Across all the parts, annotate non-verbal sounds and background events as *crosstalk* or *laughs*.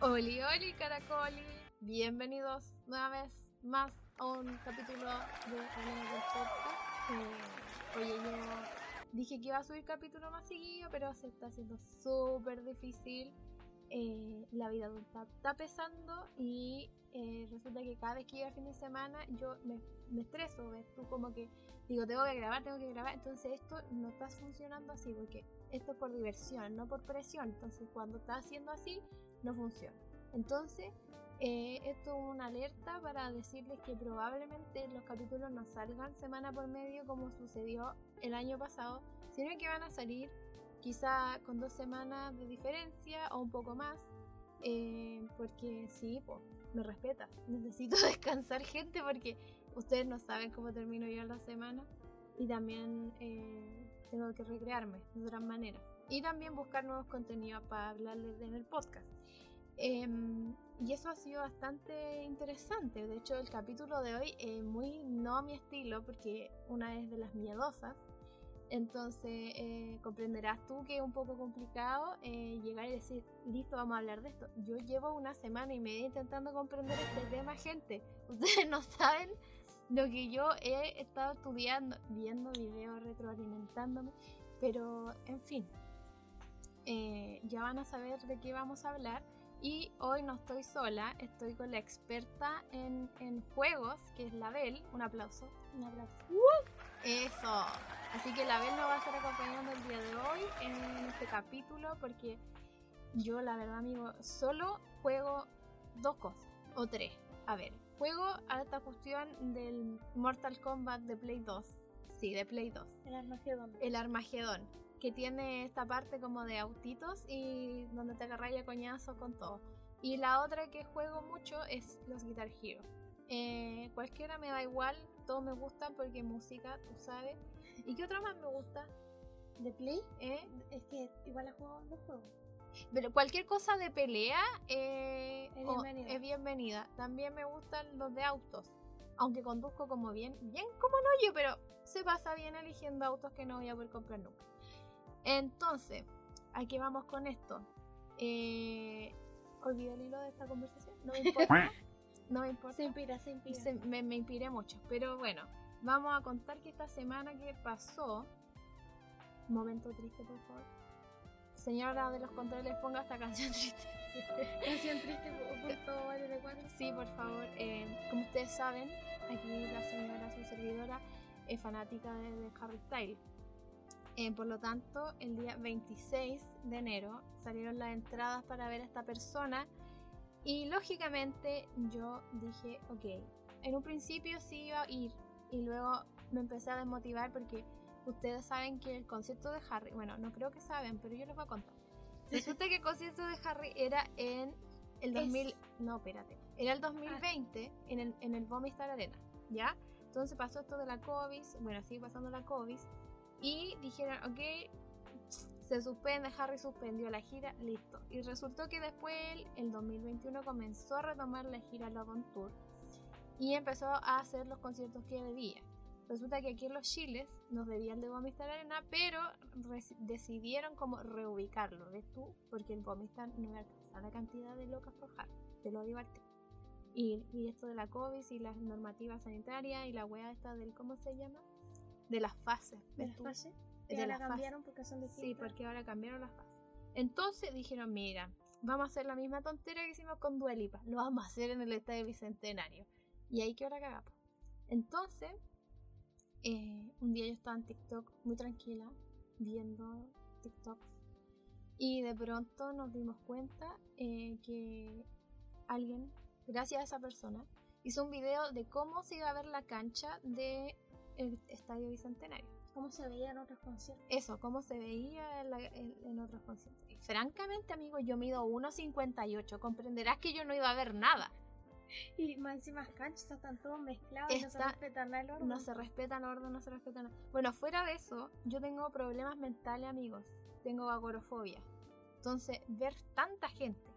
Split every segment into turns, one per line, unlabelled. Oli, oli, caracoli. Bienvenidos una vez más a un capítulo de Hablemos del Podcast. Eh, oye, yo dije que iba a subir capítulo más seguido, pero se está haciendo súper difícil. Eh, la vida adulta está pesando y eh, resulta que cada vez que llega el fin de semana yo me, me estreso, ¿ves? Tú como que digo, tengo que grabar, tengo que grabar. Entonces esto no está funcionando así porque esto es por diversión, no por presión. Entonces cuando está haciendo así, no funciona. Entonces, eh, esto es una alerta para decirles que probablemente los capítulos no salgan semana por medio como sucedió el año pasado, sino que van a salir quizá con dos semanas de diferencia o un poco más, eh, porque sí, po, me respeta, necesito *laughs* descansar gente porque ustedes no saben cómo termino yo la semana y también eh, tengo que recrearme de otras maneras y también buscar nuevos contenidos para hablarles en el podcast. Eh, y eso ha sido bastante interesante. De hecho, el capítulo de hoy es eh, muy no a mi estilo porque una es de las miedosas. Entonces eh, comprenderás tú que es un poco complicado eh, llegar y decir, listo, vamos a hablar de esto. Yo llevo una semana y media intentando comprender este tema, gente. *laughs* Ustedes no saben lo que yo he estado estudiando, viendo videos, retroalimentándome. Pero, en fin, eh, ya van a saber de qué vamos a hablar. Y hoy no estoy sola, estoy con la experta en, en juegos, que es la Bel. Un aplauso, un aplauso. ¡Uh! Eso. Así que la Bel nos va a estar acompañando el día de hoy en este capítulo, porque yo, la verdad, amigo, solo juego dos cosas, o tres. A ver, juego a esta cuestión del Mortal Kombat de Play 2. Sí, de Play 2.
El Armagedón.
El Armagedón que tiene esta parte como de autitos y donde te agarras a coñazo con todo. Y la otra que juego mucho es los Guitar Hero. Eh, cualquiera me da igual, todos me gustan porque música, tú sabes. ¿Y qué otra más me gusta?
¿De Play?
¿Eh?
Es que igual a juego dos juegos.
Pero cualquier cosa de pelea eh,
Es
oh,
bienvenida.
es bienvenida. También me gustan los de autos. Aunque conduzco como bien, bien como no yo, pero se pasa bien eligiendo autos que no voy a poder comprar nunca. Entonces, ¿a qué vamos con esto? Eh, Olvidé el hilo de esta conversación. No
*laughs*
me importa. no me importa.
Se inspira, se inspira.
Se- me, me inspiré mucho. Pero bueno, vamos a contar que esta semana que pasó. Momento triste, por favor. Señora de los controles, ponga esta canción *laughs* triste.
Canción triste, pu- punto vale de cuatro.
Sí, por favor. eh, como ustedes saben, aquí la señora, su servidora, es fanática de, de Harry Styles. Eh, por lo tanto, el día 26 de enero salieron las entradas para ver a esta persona. Y lógicamente yo dije, ok, en un principio sí iba a ir. Y luego me empecé a desmotivar porque ustedes saben que el concierto de Harry, bueno, no creo que saben, pero yo les voy a contar. Resulta que el concierto de Harry era en el 2000,
Es.
no, espérate, era el 2020 en el, en el Bomistar Arena, ¿ya? Entonces pasó esto de la COVID, bueno, sigue pasando la COVID, y dijeron, ok, se suspende, Harry suspendió la gira, listo. Y resultó que después, el, el 2021, comenzó a retomar la gira Love on Tour y empezó a hacer los conciertos que debía. Resulta que aquí en los chiles nos debían de Bomistar Arena, pero reci- decidieron como reubicarlo, ¿ves tú? Porque el Bomistar no iba a alcanzar la cantidad de locas por Harry, te lo digo al tiro. Y, y esto de la COVID y las normativas sanitarias y la wea esta del, ¿cómo se llama? De las fases,
De
¿ves
las
tú?
fases.
De
Ya la
las fases.
cambiaron porque son distintas.
Sí, porque ahora cambiaron las fases. Entonces dijeron, mira, vamos a hacer la misma tontera que hicimos con Duelipa. Lo vamos a hacer en el estadio Bicentenario. Y ahí que ahora cagamos. Entonces, eh, un día yo estaba en TikTok muy tranquila, viendo TikToks. Y de pronto nos dimos cuenta eh, que alguien, gracias a esa persona, hizo un video de cómo se iba a ver la cancha del estadio Bicentenario
¿Cómo se veían otros conciertos?
eso, cómo se veía en, la- en- en otros conciertos. Y francamente, amigo, yo mido 1,58. Comprenderás que yo no iba a ver nada.
Y más encima las canchas están todos mezclados, no se
Está-
respetan al orden.
No se respetan orden, no se respetan nada. Bueno, fuera de eso, yo tengo problemas mentales, amigos. Tengo agorofobia. Entonces, ver tanta gente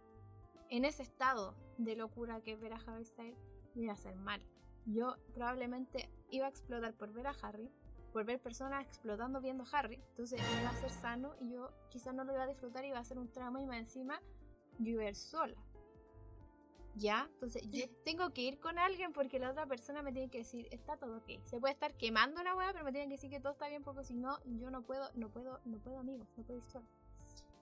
en ese estado de locura que es ver a Harry Styles me iba a hacer mal. Yo probablemente iba a explotar por ver a Harry, por ver personas explotando viendo a Harry. Entonces, no iba a ser sano y yo quizás no lo iba a disfrutar, iba a ser un trauma y más encima yo iba a ir sola. ¿Ya? Entonces yo tengo que ir con alguien porque la otra persona me tiene que decir, está todo ok. Se puede estar quemando la weá, pero me tienen que decir que todo está bien porque si no, yo no puedo, no puedo, no puedo amigos, no puedo ir sola.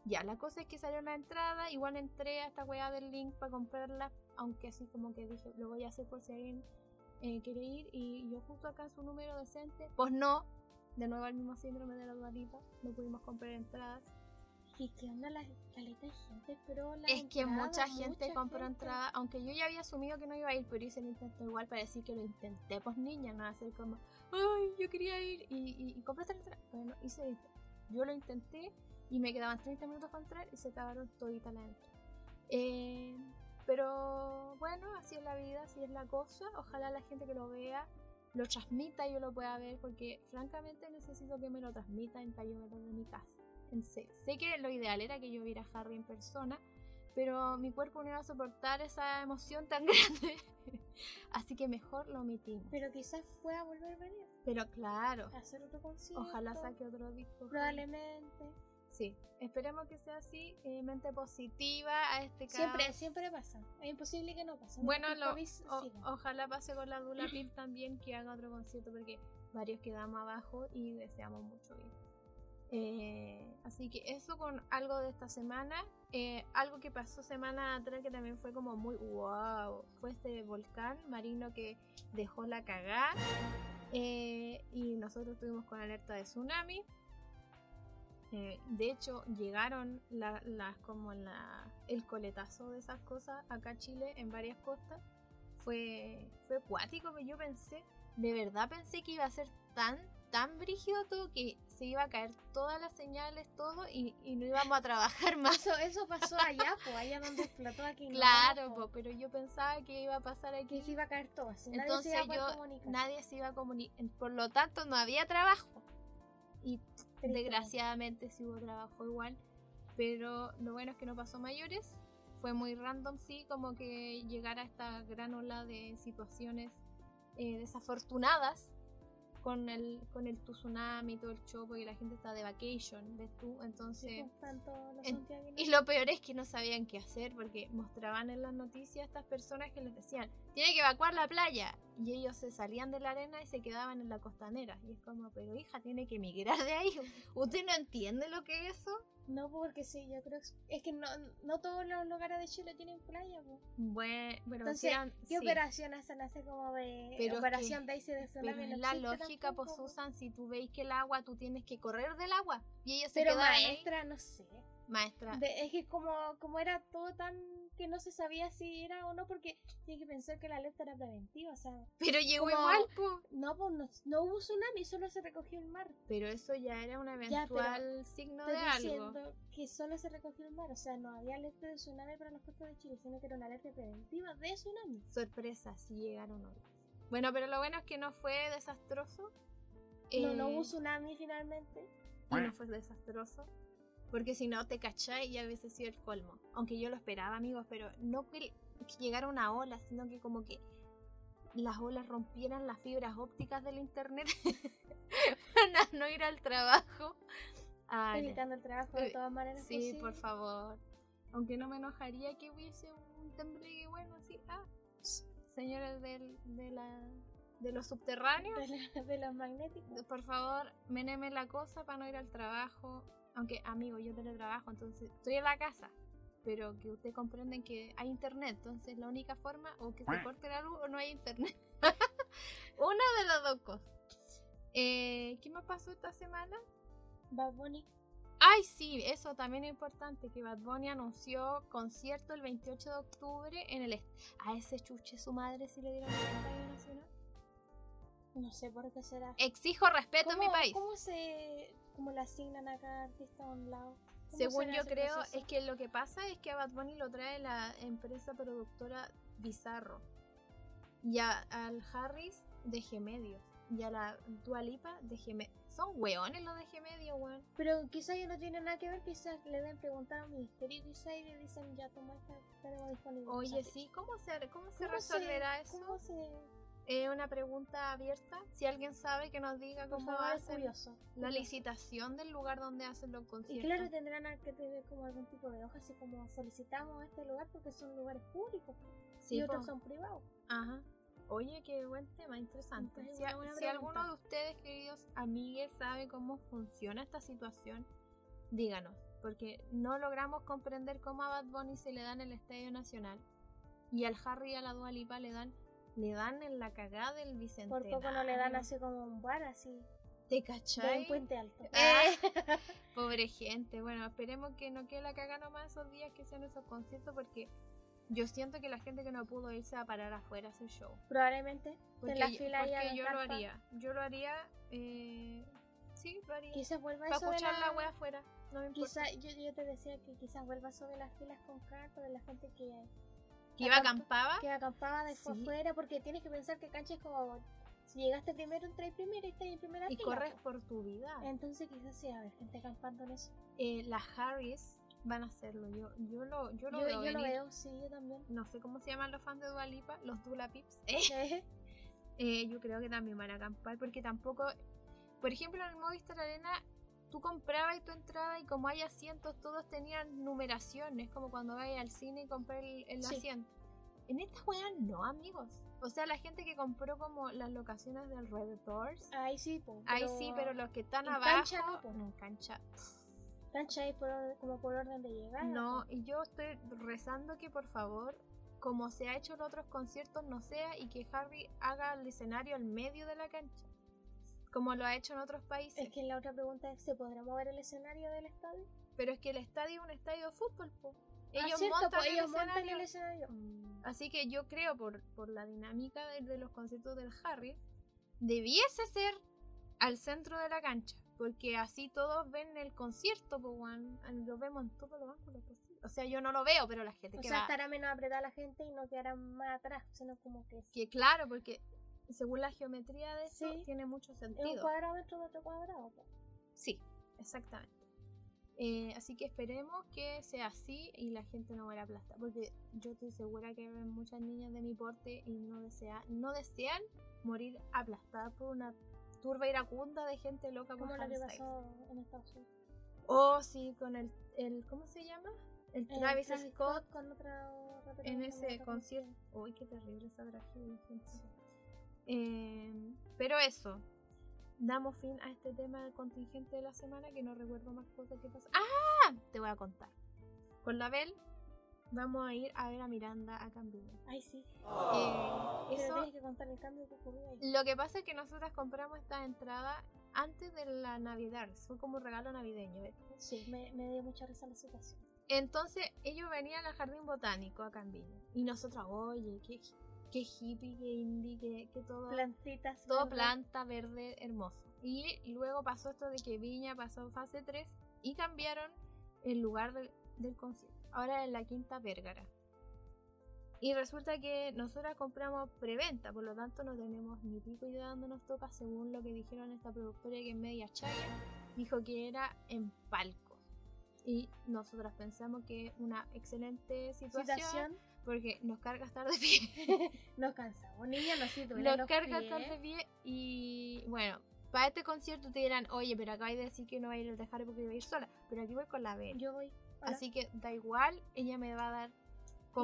Ya, la cosa es que salió la entrada, igual entré a esta weá del link para comprarla, aunque así como que dije, lo voy a hacer por si alguien eh, quiere ir y yo justo alcanzo un número decente. Pues no, de nuevo el mismo síndrome de la dualita, no pudimos comprar entradas.
¿Y qué onda la caleta de gente, pero la
Es que
entrada,
mucha gente
mucha
compró
gente.
entrada, aunque yo ya había asumido que no iba a ir, pero hice el intento igual para decir que lo intenté, pues niña, no hacer como, ay, yo quería ir y, y, y compraste la entrada. Bueno, hice el intento. Yo lo intenté y me quedaban 30 minutos para entrar y se acabaron toditas las entradas. Eh, pero bueno, así es la vida, así es la cosa. Ojalá la gente que lo vea lo transmita y yo lo pueda ver, porque francamente necesito que me lo transmitan para yo verlo de mi casa. En se- Sé que lo ideal era que yo viera a Harry en persona, pero mi cuerpo no iba a soportar esa emoción tan *laughs* grande. Así que mejor lo omitimos.
Pero quizás fue a volver a venir
Pero claro,
a hacer otro concierto.
ojalá saque otro disco. Harry.
Probablemente.
Sí, esperemos que sea así. eh, mente positiva a este caso.
Siempre, siempre pasa. Es imposible que no pase.
Bueno,
El
lo-
COVID
O-
sigue.
ojalá pase con la Dula Pip también que haga otro concierto porque varios quedamos abajo y deseamos mucho ir. Eh, así que eso con algo de esta semana. Eh, algo que pasó semana atrás que también fue como muy wow. Fue este volcán marino que dejó la cagada. eh, y nosotros estuvimos con alerta de tsunami. Eh, de hecho, llegaron la- las como la, el coletazo de esas cosas acá a Chile en varias costas. Fue, fue cuático, pero yo pensé, de verdad pensé que iba a ser tan, tan brígido todo que se iba a caer todas las señales, todo, y, y no íbamos a trabajar *laughs* más.
Eso, eso pasó allá, pues, allá donde explotó aquí. no,
Claro,
po.
po, pero yo pensaba que iba a pasar aquí.
que se iba a caer todo. Así,
Entonces
nadie se iba a poder
yo-
comunicar.
Nadie se iba a comunicar. Por lo tanto, no había trabajo. Y
Tristemente.
Desgraciadamente sí hubo trabajo igual, pero lo bueno es que no pasó mayores. Fue muy random, sí, como que llegara esta gran ola de situaciones eh, desafortunadas con el, con el tsunami, todo el show, porque la gente está de vacation, ¿ves tú? Entonces...
Mientras tanto, los
En-
santiaguinos-
Y lo peor es que no sabían qué hacer porque mostraban en las noticias a estas personas que les decían, tiene que evacuar la playa. Y ellos se salían de la arena y se quedaban en la costanera. Y es como, pero hija, tiene que emigrar de ahí.
*laughs*
¿Usted no entiende lo que es eso?
No, porque sí, yo creo. Es que no, no todos los lugares de Chile tienen playa, pues.
Bueno, pero
Entonces,
eran-
¿Qué
sí,
operación hacen? Hace como de
Pero es
operación Daisy de
pero
tsunami.
es
no
la
existe
lógica, pues
tampoco.
Susan, si tú veis que el agua, tú tienes que correr del agua. Y ellos se
Pero
quedaban ahí. Ah.
maestra, no sé.
Maestra.
De- es que como, como era todo tan que no se sabía si era o no, porque tiene que pensar que la alerta era preventiva, o sea,
Pero llegó
como-
igual, po.
no, pues, no, no hubo tsunami, solo se recogió el mar.
Pero eso ya era un
pero
eventual signo de
Estoy
algo.
diciendo que solo se recogió el mar, o sea, no había alerta de tsunami para los puertos de Chile, sino que era una alerta preventiva de tsunami.
sorpresa si llegaron hoy. Bueno, pero lo bueno es que no fue desastroso.
No,
Eh,
no hubo tsunami finalmente.
y no fue desastroso. Porque si no, te cachai y a veces sido el colmo. Aunque yo lo esperaba, amigos, pero no que, que llegara una ola, sino que como que las olas rompieran las fibras ópticas del internet *laughs* para no ir al trabajo. Ah, ya.
evitando el trabajo de
Eh,
todas maneras
Sí,
posibles.
por favor. Aunque no me enojaría que hubiese un tembleque bueno así. Ah, señores del, de, la, de los subterráneos,
*laughs* De, la- de los magnéticos.
por favor, meneme la cosa para no ir al trabajo. Aunque, amigo, yo teletrabajo, entonces estoy en la casa. Pero que ustedes comprenden que hay internet, entonces la única forma o que se corte la luz o no hay internet. *laughs* Una de las dos cosas. Eh, ¿Qué más pasó esta semana?
Bad Bunny.
Ay, sí, eso también es importante, que Bad Bunny anunció concierto el 28 de octubre en el... est- A ese chuche su madre si le dieron el Estadio Nacional.
No sé por qué será.
Exijo respeto en mi
¿Cómo-
país.
¿Cómo se como le asignan a cada artista a un lado? ¿Cómo
Según
será
yo
ese
creo,
proceso?
es que lo que pasa es que a Bad Bunny lo trae la empresa productora Bizarro. Y a- al Harris de Gemedios. Y a la Dualipa de Gemedios. Son weones los de Gemedios, weón.
Pero quizás ellos no tienen nada que ver, quizás le den preguntar al ministerio, quizás y le dicen ya toma esta, tenemos disponible.
Oye,
esa fecha.
sí, ¿cómo se, cómo se
¿Cómo se-
resolverá eso?
¿Cómo se
eh, una pregunta abierta. Si alguien sabe que nos diga
Por
cómo
favor, es
hacen
curioso.
la
curioso.
licitación del lugar donde hacen los
Y
conciertos.
claro, tendrán que tener como algún tipo de hoja, así como solicitamos este lugar porque son lugares públicos po,
Sí,
y otros
po.
son privados.
Ajá. Oye, qué buen tema, interesante.
Entonces,
Si,
una
a-
buena
si
pregunta.
alguno de ustedes, queridos amigues, sabe cómo funciona esta situación, díganos, porque no logramos comprender cómo a Bad Bunny se le dan el Estadio Nacional y al Harry y a la Dua Lipa le dan, le dan en la cagada del
Por
Bicentenario.
poco no le dan así como un bar así,
¿Te
de
Ah. cachai?
un puente alto.
Ah,
Eh,
Pobre gente, bueno, esperemos que no quede la caga nomás esos días que sean esos conciertos porque yo siento que la gente que no pudo irse va a parar afuera a hacer show.
*laughs* Probablemente
Porque,
en la
yo-
fila ahí
porque
hagan
yo lo
carpa.
haría. Yo lo haría. Eh, sí, lo haría.
Quizás vuelva
Para
eso de
escuchar la
la-
wea afuera. No me importa.
Quizá, yo, yo te decía que quizás vuelva sobre las filas con carpa de la gente que,
Que iba
acampa-
acampaba.
que acampaba de fu-
Ah. Sí.
afuera, porque tienes que pensar que cancha es como, si llegaste primero, entras primero y estás en primera
Y
fila,
corres
po.
por tu vida.
Entonces quizás sí, a ver, gente acampando en eso.
Eh, las Harris van a hacerlo. Yo, yo lo, yo lo
Yo,
veo
yo lo
venir.
veo, sí, yo también.
No sé cómo se llaman los fans de Dualipa, los Dula *laughs* Pips. Eh,
Eh,
eh, yo creo que también van a acampar porque tampoco. Por ejemplo, en el Movistar Arena, tú comprabas tu entrada y como hay asientos, todos tenían numeraciones, como cuando vais al cine y compras el, el
Sí.
asiento. En estas weas no, amigos. O sea, la gente que compró como las locaciones del Red Doors,
Ahí sí, po,
ahí sí, pero los que están
Ah, en
abajo.
cancha no, po.
en cancha.
Cancha es por or- como por orden de llegada.
No, y yo estoy rezando que por favor, como se ha hecho en otros conciertos, no sea y que Harry haga el escenario al medio de la cancha, como lo ha hecho en otros países.
Es que la otra pregunta es, ¿se podrá mover el escenario del estadio?
Pero es que el estadio es un estadio de fútbol, po.
Ah,
Ellos
cierto,
montan
po,
el
ellos
escenario. Mm,
montan el escenario.
Así que yo creo, por, por la dinámica de, de los conciertos del Harry, debiese ser al centro de la cancha. Porque así todos ven el concierto, po, weón. Lo vemos en todos los ángulos posibles. O sea, yo no lo veo, pero la gente
O
que
sea,
va-
estará menos apretada la gente y no quedará más atrás, sino como que es
Que claro, porque según la geometría de eso,
Sí.
tiene mucho
es un
sentido.
cuadrado dentro de otro cuadrado. po.
Sí, exactamente. Eh, así que esperemos que sea así y la gente no vaya a aplastar. Porque yo estoy segura que ven muchas niñas de mi porte y no, desea, no desean morir aplastadas por una turba iracunda de gente loca
Como
por
lo
Harry
que
Styles.
pasó en Estados Unidos.
Oh, sí, con el, el. ¿Cómo se llama? El
Eh,
Travis, Scott
con otra rapero,
en
con
ese concierto.
otra canción.
Uy, qué terrible esa tragedia. gente. Eh, pero eso. Damos fin a este tema del contingente de la semana que no recuerdo más cosas que pasó. ¡Ah! Te voy a contar. Con la Bel vamos a ir a ver a Miranda a Cambina.
Ay, sí.
Eh,
Pero
eso,
tienes que contar el cambio que ocurrió ahí.
lo que pasa es que nosotras compramos esta entrada antes de la Navidad. Fue como un regalo navideño. ¿eh?
Sí, me, me dio mucha risa la situación.
Entonces ellos venían al jardín botánico a Cambina. Y nosotras, oye, qué, hi- qué hippie, qué indie, qué, qué todo.
Plantitas.
Todo
verdes.
planta verde hermoso. Y luego pasó esto de que Viña pasó fase 3 y cambiaron el lugar del, del concierto. Ahora en la Quinta Vergara. Y resulta que nosotras compramos preventa, por lo tanto no tenemos ni pico idea de dónde nos toca, según lo que dijeron esta productora que es media chaya, dijo que era en palcos. Y nosotras pensamos que una excelente situación,
Situación.
porque nos carga estar de pie.
Nos cansamos. Niña, nos sí, duelen
Los
los
cargas
pies.
tan de pie y bueno, para este concierto te dirán, oye, pero acá hay de decir que no va a ir al de Harry porque iba a ir sola, pero aquí voy con la Bel.
Yo voy. hola.
Así que da igual, ella me va a dar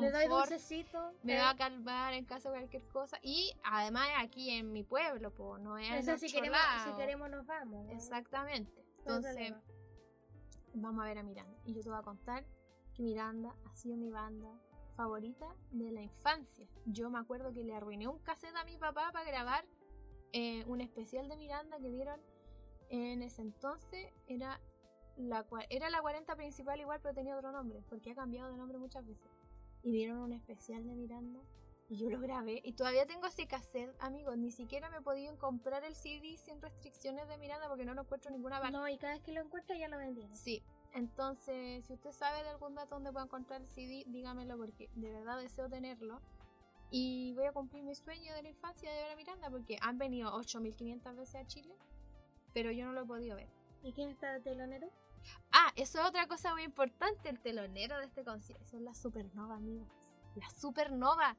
Le doy
confort,
dulcecito.
me
eh,
va a calmar en caso de cualquier cosa y además aquí en mi pueblo, po, no es en
o sea,
otro
si queremos, si
lado.
queremos nos vamos. ¿no?
Exactamente.
No hay
Entonces,
problema.
vamos a ver a Miranda. Y yo te voy a contar que Miranda ha sido mi banda favorita de la infancia. Yo me acuerdo que le arruiné un cassette a mi papá para grabar eh, un especial de Miranda que dieron en ese entonces. Era la, cua- era la 40 principal igual, pero tenía otro nombre, porque ha cambiado de nombre muchas veces. Y dieron un especial de Miranda. Y yo lo grabé y todavía tengo ese cassette, amigos. Ni siquiera me podían comprar el CD sin restricciones de Miranda porque no lo encuentro en ninguna parte.
No, y cada vez que lo encuentro ya lo vendimos.
Sí, entonces, si usted sabe de algún dato donde pueda encontrar el CD, dígamelo porque de verdad deseo tenerlo. Y voy a cumplir mi sueño de la infancia de ver a Miranda porque han venido 8.500 veces a Chile, pero yo no lo he podido ver.
¿Y quién está de telonero?
Ah, eso es otra cosa muy importante, el telonero de este concierto. Son las supernova, amigos. La supernova.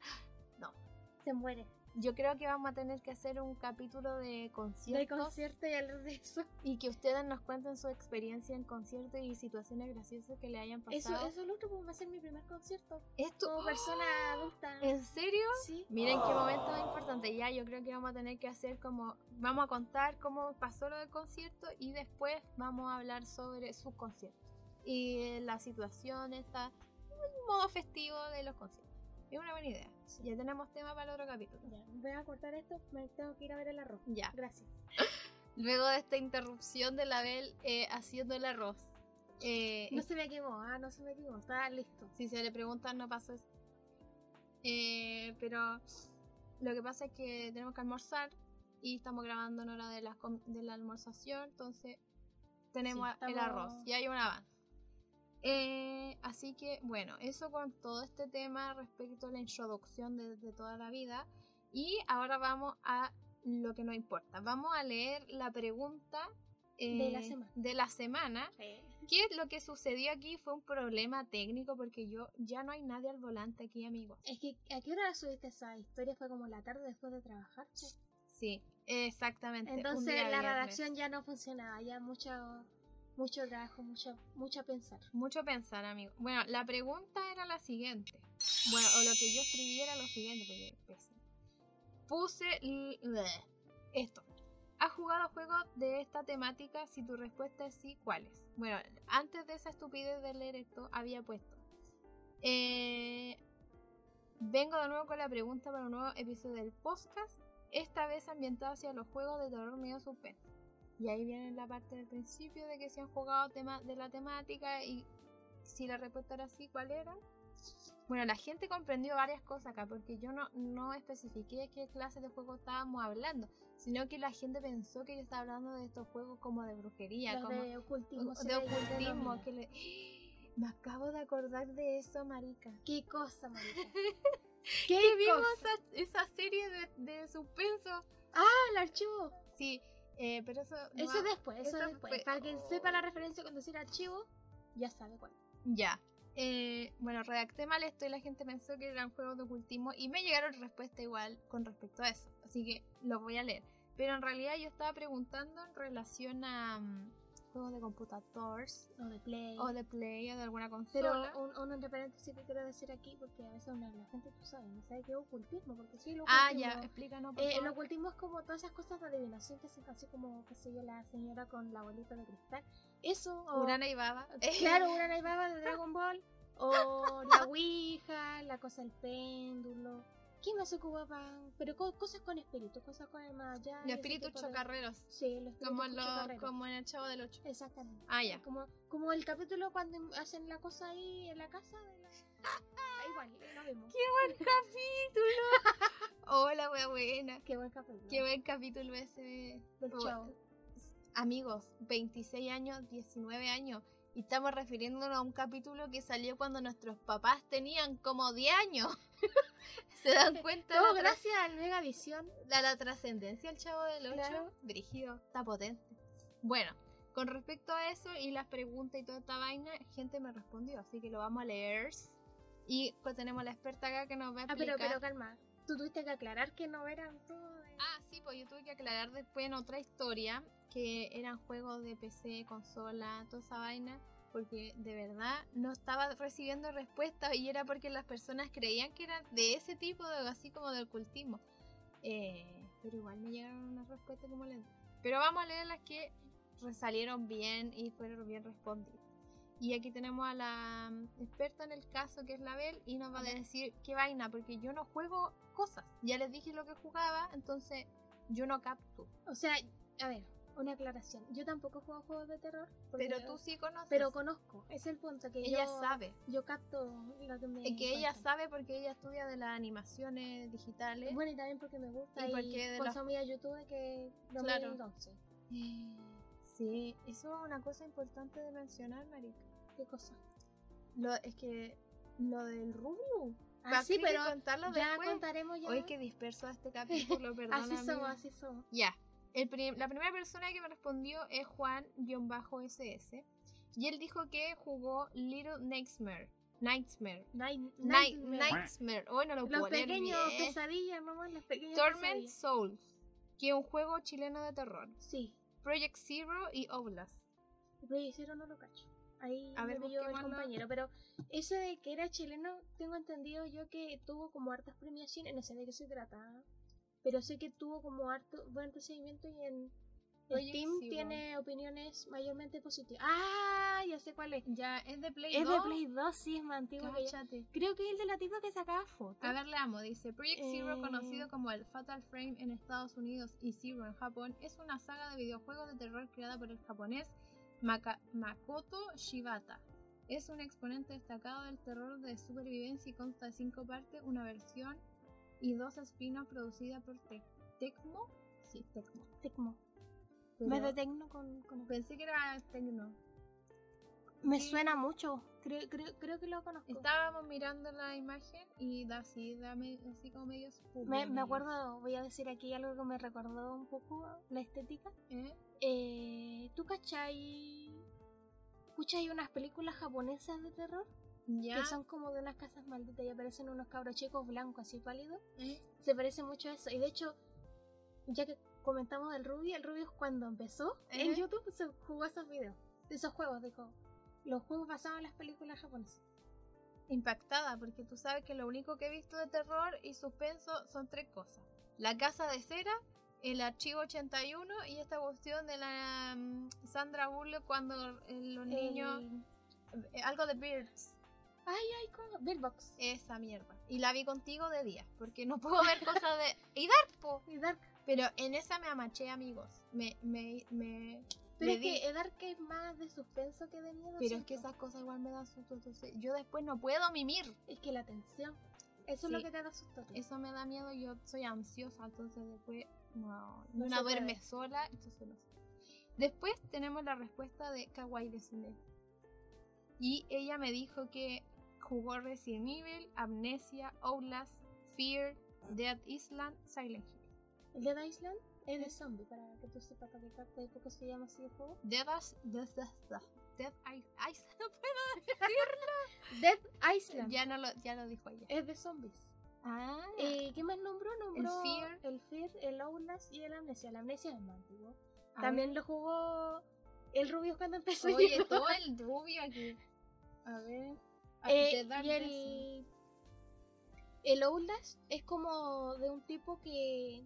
Se muere.
Yo creo que vamos a tener que hacer un capítulo de conciertos
De concierto y hablar de
*laughs*
eso.
y que ustedes nos cuenten su experiencia en concierto y situaciones graciosas que le hayan
Eso,
pasado.
eso es lo otro, pues va a ser mi primer concierto.
Esto,
Como persona adulta.
oh, ¿en serio?
Sí.
Miren qué momento más importante. Ya, yo creo que vamos a tener que hacer como. Vamos a contar cómo pasó lo del concierto y después vamos a hablar sobre sus conciertos. Y eh, la situación está. El modo festivo de los conciertos. Es una buena idea. Ya tenemos tema para el otro capítulo.
Ya, voy a cortar esto, me tengo que ir a ver el arroz.
Ya.
Gracias.
Luego de esta interrupción de la Bel eh, haciendo el arroz. Eh,
No se me quemó, ah, no se me quemó, está listo.
Si se le preguntan, no pasa eso. Eh, pero lo que pasa es que tenemos que almorzar y estamos grabando en hora de la, com- de la almorzación, entonces tenemos
Sí,
el
estamos-
arroz, ya hay un avance. Eh, así que, bueno, eso con todo este tema respecto a la introducción de, de toda la vida. Y ahora vamos a lo que nos importa. Vamos a leer la pregunta
De la
eh,
semana.
de la semana ¿Qué es lo que sucedió aquí? Fue un problema técnico porque yo ya no hay nadie al volante aquí, amigos.
Es que, ¿a qué hora subiste esa historia? Fue como la tarde después de trabajar.
Sí, exactamente. un
Entonces
día
la
viernes.
redacción ya no funcionaba, ya mucho, mucho trabajo, mucho, mucho pensar.
Mucho pensar, amigo. Bueno, la pregunta era la siguiente. Bueno, o lo que yo escribí era lo siguiente, porque pésimo. Puse l- bleh, esto. ¿Has jugado juegos de esta temática? Si tu respuesta es sí, ¿cuáles? Bueno, antes de esa estupidez de leer esto, había puesto. eh, vengo de nuevo con la pregunta para un nuevo episodio del podcast, esta vez ambientado hacia los juegos de terror medio suspenso. Y ahí viene la parte del principio de que se han jugado tema de la temática y si la respuesta era sí, ¿cuál era? Bueno, la gente comprendió varias cosas acá porque yo no, no especifiqué qué clase de juego estábamos hablando, sino que la gente pensó que yo estaba hablando de estos juegos como de brujería,
Los
como
de ocultismo. se
de
le dice
ocultismo.
nombre.
Que le... *gasps* Me acabo de acordar de eso, marica.
¿Qué
*laughs*
cosa, marica?
¿Qué
¿Qué
vimos
cosa?
esa, esa serie de, de suspenso?
Ah, el archivo.
Sí, eh, pero eso... no
Eso
va-
después, eso,
eso
después.
fue-
Para quien sepa la referencia cuando decir archivo, ya sabe cuál.
Ya. Eh, bueno, redacté mal esto y la gente pensó que eran juegos de ocultismo y me llegaron respuestas igual con respecto a eso. Así que los voy a leer. Pero en realidad yo estaba preguntando en relación a mm, juegos de computadores
O de play.
o de play o de alguna
Pero
consola.
un, un entre paréntesis que quiero decir aquí, porque a veces una, la gente tú sabes, no sabe qué es ocultismo, porque sí, el ocultismo.
ah, ya, explícanos. por
Eh, el
favor.
ocultismo es como todas esas cosas de adivinación que se así como, qué sé yo, la señora con la bolita de cristal. Eso, o,
Urana y Baba.
*laughs* claro, Urana y Baba de Dragon Ball, o
*laughs*
la Ouija, la cosa del péndulo. ¿Quién más se ocupaba? Pero co- cosas con espíritu, cosas con el más allá. y
Los
ese
espíritus
tipo de-
chocarreros.
Sí, los espíritus
Como, lo,
chocarreros.
como en el Chavo del Ocho.
Exactamente.
Ah, ya.
Como, como el capítulo cuando hacen la cosa ahí en la casa de
*laughs*
la... Ah, Igual, lo mismo.
¡Qué buen capítulo! *laughs* Hola, wea buena.
Qué buen capítulo.
Qué buen capítulo ese.
Del
Oh,
chavo.
Amigos, 26 años, 19 años. Y estamos refiriéndonos a un capítulo que salió cuando nuestros papás tenían como 10 años. *laughs* ¿Se dan cuenta
Todo
de la,
Oh, gracias al Megavisión.
tra- de la trascendencia del Chavo del Ocho?
Claro.
Brígido, está potente. Bueno, con respecto a eso y las preguntas y toda esta vaina, gente me respondió, así que lo vamos a leer. Y pues tenemos a la experta acá que nos va a
Ah,
explicar.
pero, pero calma. Tú tuviste que aclarar que no eran todo de...
Ah, sí, pues yo tuve que aclarar después en otra historia que eran juegos de PC, consola, toda esa vaina, porque de verdad no estaba recibiendo respuesta y era porque las personas creían que eran de ese tipo, de, así como de ocultismo. Eh, pero igual me llegaron unas respuestas como les... Pero vamos a leer las que salieron bien y fueron bien respondidas. Y aquí tenemos a la mm, experta en el caso, que es la Bel, y nos va a decir qué vaina, porque yo no juego cosas. Ya les dije lo que jugaba, entonces yo no capto.
O sea, a ver, una aclaración. Yo tampoco juego juegos de terror. porque-
Pero tú sí conoces.
Pero conozco. Es el punto que
ella
yo...
sabe.
Yo capto lo que me...
Es que ella
cuentan.
sabe porque ella estudia de las animaciones digitales.
Bueno, y también porque me gusta
Y
y,
porque de las-
consumía YouTube que
Claro.
2011.
Eh, Sí, eso es una cosa importante de mencionar, Marica.
¿Qué cosa?
Lo, es que lo del Rubio.
Ah, sí, pero
contarlo
ya
después.
contaremos ya.
Hoy que disperso este capítulo, perdón.
*laughs* así somos,
amiga.
así somos.
Ya. El prim- la primera persona que me respondió es Juan-SS. Y él dijo que jugó Little Nightmare. Nightmare.
Night-
Night,
Nightmare.
Nightmare. Hoy no lo
Los
puedo leer
pequeños
bien.
pesadillas, mamá, los pequeños
Torment
pesadillas.
Souls, que es un juego chileno de terror.
Sí,
Project Zero y Oblast.
Project Zero no lo cacho. Ahí
A
a
ver,
ver, yo el
busquémoslo.
compañero, pero eso de que era chileno, tengo entendido yo que tuvo como hartas premiaciones, no sé de qué se trataba, pero sé que tuvo como harto buen recibimiento y en
Project
Steam
Zero.
tiene opiniones mayormente positivas. ¡Ah! Ya sé cuál es.
Ya, es de Play
Es
2.
de Play 2, sí, es más antiguo que yo.
cáchate.
Creo que es el de la tipa que sacaba fotos.
A ver, leamos. Dice, Project Zero,
Eh.
conocido como el Fatal Frame en Estados Unidos y Zero en Japón, es una saga de videojuegos de terror creada por el japonés Maka- Makoto Shibata. Es un exponente destacado del terror de supervivencia y consta de cinco partes, una versión y dos spin-offs producidas por Tec- Tecmo. Sí, Tecmo.
Tecmo.
Pero
Ves de Este Tecno con, con-
pensé que era Tecno.
Me
Sí.
suena mucho. Este Creo, creo, creo que lo conozco.
Estábamos mirando la imagen y da así, da me- así como medio spooky,
Me, me
medio-
acuerdo, voy a decir aquí algo que me recordó un poco la estética.
¿Eh?
Eh, ¿Tú cachai? Escucha, hay unas películas japonesas de terror
Ya.
que son como de unas casas malditas y aparecen unos cabros chicos blancos así pálidos.
¿eh?
Se parece mucho a eso. Y de hecho, ya que comentamos del Rubius, el Rubius cuando empezó en
Ajá.
YouTube se jugó a esos videos, esos juegos, dijo. Los juegos basados en las películas japonesas.
impactada porque tú sabes que lo único que he visto de terror y suspenso son tres cosas. La casa de cera, el archivo 81 y esta cuestión de la mm, Sandra Bullock cuando eh, los niños...
El-
eh, algo de Birds,
Ay, ay, ¿cómo? Beatbox.
esa mierda. Y la vi contigo de día porque no puedo ver cosas de... ¡Y Dark, po!
Y Dark.
Pero en esa me amaché, amigos. Me... me, me
Pero
le
es
di.
que Dark es más de suspenso que de miedo.
Pero es que
¿cierto?
esas cosas igual me dan susto, entonces yo después no puedo mimir.
Es que la tensión. Eso es lo
Sí.
que te da susto. a ti.
Eso me da miedo, yo soy ansiosa, entonces después no,
No
una
se
duerme
puede.
sola, entonces no sé. Después tenemos la respuesta de Kawaii Desume. Y ella me dijo que jugó Resident Evil, Amnesia, Outlast, Fear, Dead Island, Silent Hill.
El Dead Island es de zombie, para que tú sepas, para que capte por qué se llama así el
*gasps*
juego.
Dead, Is- Dead, Dead, Dead, Dead Is- Is- no
Dead
puedo.
Island
ya, no lo, ya lo dijo ella.
es de zombies.
Ah,
Eh, ¿Qué más nombró? Nombró
Fear.
el Fear, el Outlast y el Amnesia. El Amnesia es más antiguo. También lo jugó el Rubius cuando empezó.
Oye,
*laughs*
todo *laughs* el rubio aquí. A ver. Ah, Dead
Eh, y
Island.
el, el Outlast es como de un tipo que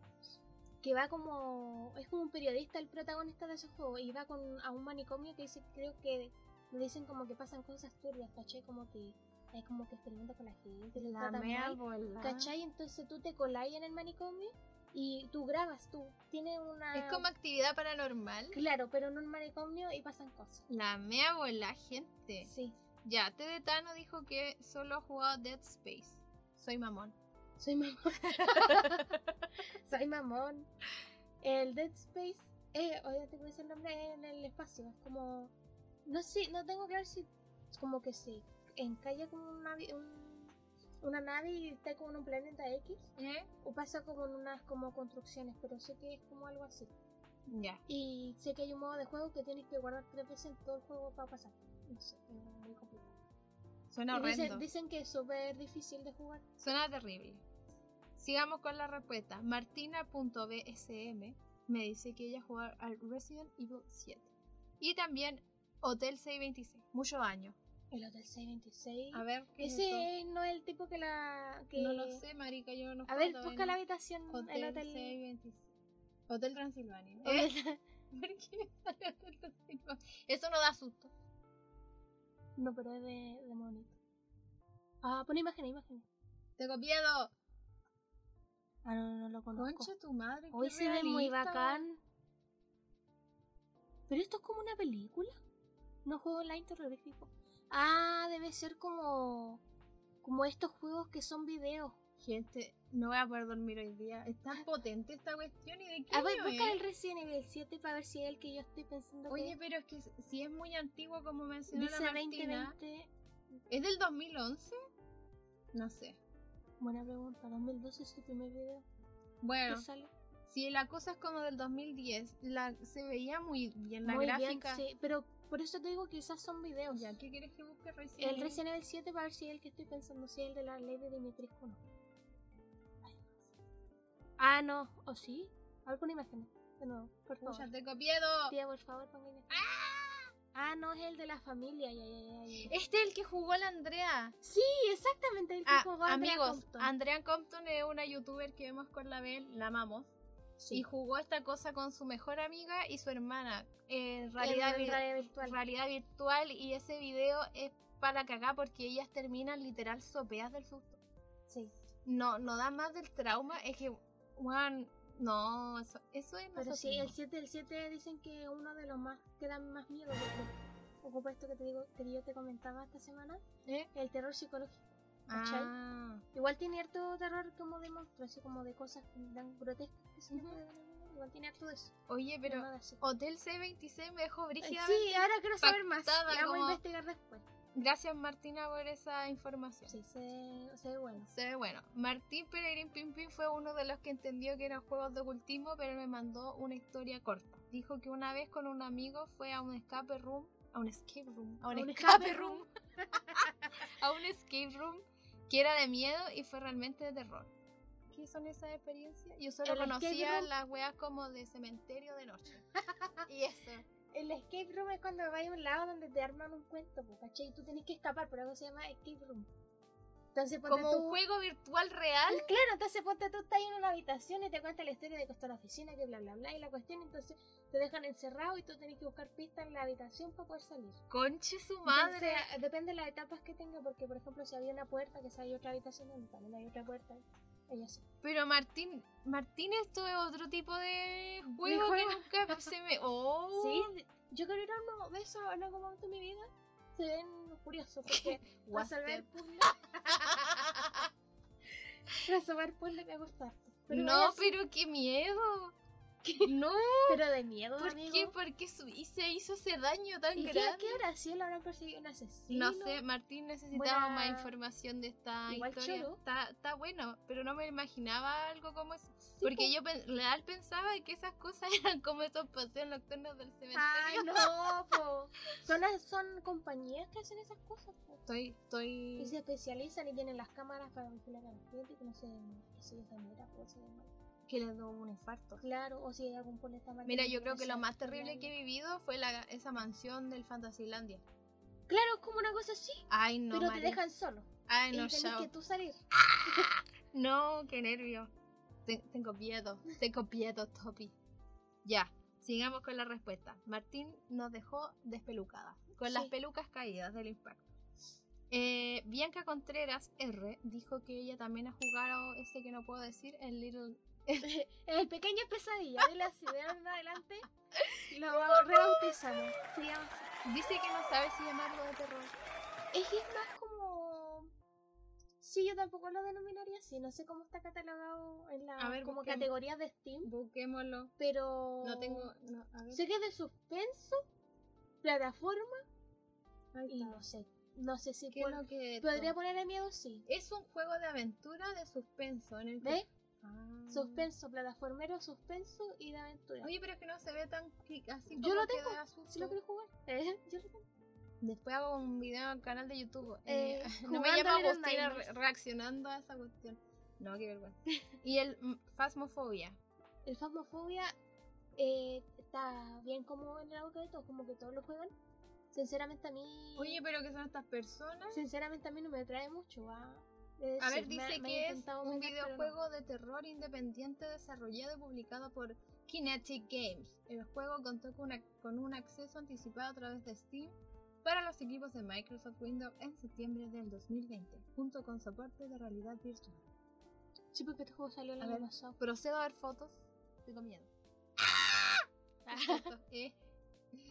que va como es como un periodista el protagonista de ese juego y va con a un manicomio que dice creo que le dicen como que pasan cosas turbias ¿cachai? como que es como que experimenta con la gente los
La ah.
trata
mea
mal,
volá.
¿cachai? entonces tú te coláis en el manicomio y tú grabas tú tiene una
Es como actividad paranormal.
claro pero en un manicomio y pasan cosas
La mea volá, gente.
sí
Ya, Tedetano dijo que solo ha jugado Dead Space. Soy mamón.
Soy mamón. Soy mamón. El Dead Space, eh, obviamente que dice el nombre en el espacio. Es como. No sé, no tengo claro si. Es como que se encalla como una, vi- un- una nave y está como en un planeta X.
¿Eh?
O pasa como en unas como construcciones, pero sé que es como algo así.
Ya.
Y sé que hay un modo de juego que tienes que guardar tres veces en todo el juego para pasar. No sé, es muy complicado.
Suena
Y dicen,
horrendo.
dicen que es súper difícil de jugar.
Suena terrible. Sigamos con la respuesta. Martina.bsm me dice que ella jugó al Resident Evil 7. Y también Hotel 626. Muchos años.
El Hotel 626.
A ver, ¿qué es esto?
Ese no es el tipo que la. Que...
No lo sé, marica, yo no
A ver,
juego
busca
en
la habitación.
Hotel
el hotel.
626. Hotel Transilvania. ¿Eh?
Hotel-
¿Por qué me sale Hotel Transilvania? Eso no da susto.
No, pero es de, de monito. Ah, pon imagen, imagen.
Tengo miedo.
Ah, no, no lo
Concha tu madre.
Hoy
qué
se ve muy
realista.
bacán. Pero esto es como una película. No juego online terrorífico. Ah, debe ser como. Como estos juegos que son videos.
Gente, no voy a poder dormir hoy día. Es tan potente esta cuestión y de qué
Ah, A ver,
año
busca
es?
el Resident Evil 7 para ver si es el que yo estoy pensando
Oye,
que
pero es que si es muy antiguo, como mencionó
dice
la Martina,
2020.
¿es del 2011? No sé.
Buena pregunta, 2012 es el primer video
Bueno,
que sale.
si la cosa es como del 2010, la, se veía muy bien la
Muy bien,
gráfica.
sí, pero Por eso te digo que quizás son videos.
Ya, ¿qué quieres que busque recién?
El Resident Evil 7 para ver si es el que estoy pensando, si es el de la ley de Dimitrescu o no. Ah, no. ¿O sí? A ver, pon imágenes. De nuevo, por favor.
Pucha, tengo miedo.
Tía, por favor, ponga imágenes. Ah, no, es el de la familia. Ya, ya, ya, ya.
Este es el que jugó la Andrea.
Sí, exactamente. El que
Ah,
jugó Andrea
amigos,
Compton.
Andrea Compton es una youtuber que vemos con la Bel, la amamos.
Sí.
Y jugó esta cosa con su mejor amiga y su hermana. En
El de
realidad, vi-
realidad virtual.
realidad virtual. Y ese video es para cagar porque ellas terminan literal sopeas del susto.
Sí.
No, no da más del trauma. Es que, weón, no, eso, eso es
Pero sí,
masoquismo.
el 7, el 7 dicen que es uno de los más que dan más miedo. Porque ocupa esto que te digo, que yo te comentaba esta semana,
¿Eh?
el terror psicológico. ¿cachai?
Ah,
Igual tiene harto terror como de monstruos, así como de cosas que dan grotescas. que se le
Ujú.
puede dar a uno. Igual tiene harto de eso.
oye, pero
llamada así.
Hotel C26 me dejó
Ay,
brígidamente.
Sí, ahora quiero saber más.
impactada,
La voy
como-
a investigar después.
Gracias, Martina, por esa información.
Sí, se, se ve bueno.
Se ve bueno. Martín Peregrín Pimpín fue uno de los que entendió que eran juegos de ocultismo, pero me mandó una historia corta. Dijo que una vez con un amigo fue a un escape room, a un escape room, a un, escape, room, *laughs* a un escape room que era de miedo y fue realmente de terror. ¿Qué son esas experiencias? Yo solo
El escape
conocía
room-
las weas como de cementerio de
*laughs*
noche. y eso.
El escape room es cuando vais a un lado donde te arman un cuento, po, ¿cachai? Y tú tienes que escapar, por algo se llama escape room. Entonces, ponte
Como
tú...
un juego virtual real.
Ah, Claro, entonces ponte tú estás en una habitación y te cuenta la historia de que está la oficina, que bla bla bla, y la cuestión, entonces te dejan encerrado y tú tenés que buscar pistas en la habitación para poder salir.
Conche su madre.
Entonces, depende de las etapas que tenga, porque por ejemplo, si había una puerta, que si hay otra habitación donde también hay otra puerta, ella sí.
Pero Martín, Martín, esto es otro tipo de juego,
juego.
que nunca se
*laughs*
me. ¡Oh!
Sí, yo creo que uno de esos en algún momento de mi vida se ven curiosos,
*laughs*
porque *laughs* resolver
Wasted. *laughs*
puzzles, resolver puzzles me gusta harto.
no,
es-
pero qué miedo. No,
pero de miedo,
¿por
amigo.
qué? ¿Por qué su- y se hizo ese daño tan
¿Y qué,
grande?
qué habrá sido? ¿Lo habrán conseguido un asesino?
No sé, Martín, necesitamos
Buena-
más información de esta
Igual
historia.
choro.
Está, está bueno, pero no me imaginaba algo como eso.
Sí, po.
Porque yo pen- real pensaba que esas cosas *laughs* eran como esos paseos nocturnos del cementerio.
Ay,
*laughs*
no, po. Son, las- son compañías que hacen esas cosas, po.
Estoy,
Y
estoy.
se especializan y tienen las cámaras para vigilar a la gente que no se, que se degenera, po, se demora.
Que les dio un infarto.
Claro, o si hay algún pone está mal.
Mira,
tiene
yo creo que lo
hacer
más terrible
algo.
que he vivido fue la, esa mansión del Fantasylandia.
Claro, es como una cosa así,
Ay, no,
pero
Mari.
te dejan solo.
Ay,
y
no,
tenés
chao.
que tú salir.
No, qué nervio. Ten- tengo miedo, tengo miedo, Topi. Ya, sigamos con la respuesta. Martín nos dejó despelucada, con las
Sí.
pelucas caídas del impacto. Eh, Bianca Contreras R dijo que ella también ha jugado ese que no puedo decir, el Little
El pequeño pesadilla de la ciudad en adelante
*laughs*
lo rebautizamos. Se llama así.
Dice que no sabe si llamarlo de terror.
Es que es más como. Sí, yo tampoco lo denominaría así. No sé cómo está catalogado en la
A ver,
como
busquemos.
categorías de Steam,
Busquémoslo.
pero.
No tengo. no, a ver.
Sé que es de suspenso, plataforma
Ahí
y
está.
no sé. No sé si
¿Qué es
pon-
lo que
podría
to-
ponerle miedo, sí.
Es un juego de aventura de suspenso en el que-
¿Ves?
Ah.
Suspenso, plataformero, suspenso y de aventura.
Oye, pero es que no se ve tan cli- así
Yo
como
lo
que
tengo,
da susto.
si lo quieres
*laughs*
jugar, ¿eh? yo lo tengo.
Después hago un video al canal de YouTube. Eh,
Eh,
*laughs* no me
jugando
llama
Little
Agustina
Nightmares.
re- reaccionando a esa cuestión. No, qué
*laughs*
vergüenza. y el mm, Phasmophobia.
El Phasmophobia eh, está bien como en la boca de todos, como que todos lo juegan. Sinceramente a mí.
Oye, pero ¿qué son estas personas?
Sinceramente a mí no me atrae mucho. ¿ah? A,
A ver, dice que es un videojuego de terror independiente desarrollado y publicado por Kinetic Games. El juego contó con, una- con un acceso anticipado a través de Steam para los equipos de Microsoft Windows en septiembre del 2020, junto con soporte de realidad virtual.
Sí, porque este juego salió el
A
año
ver.
pasado.
Procedo a ver fotos. Tengo miedo.
*laughs*
Eh,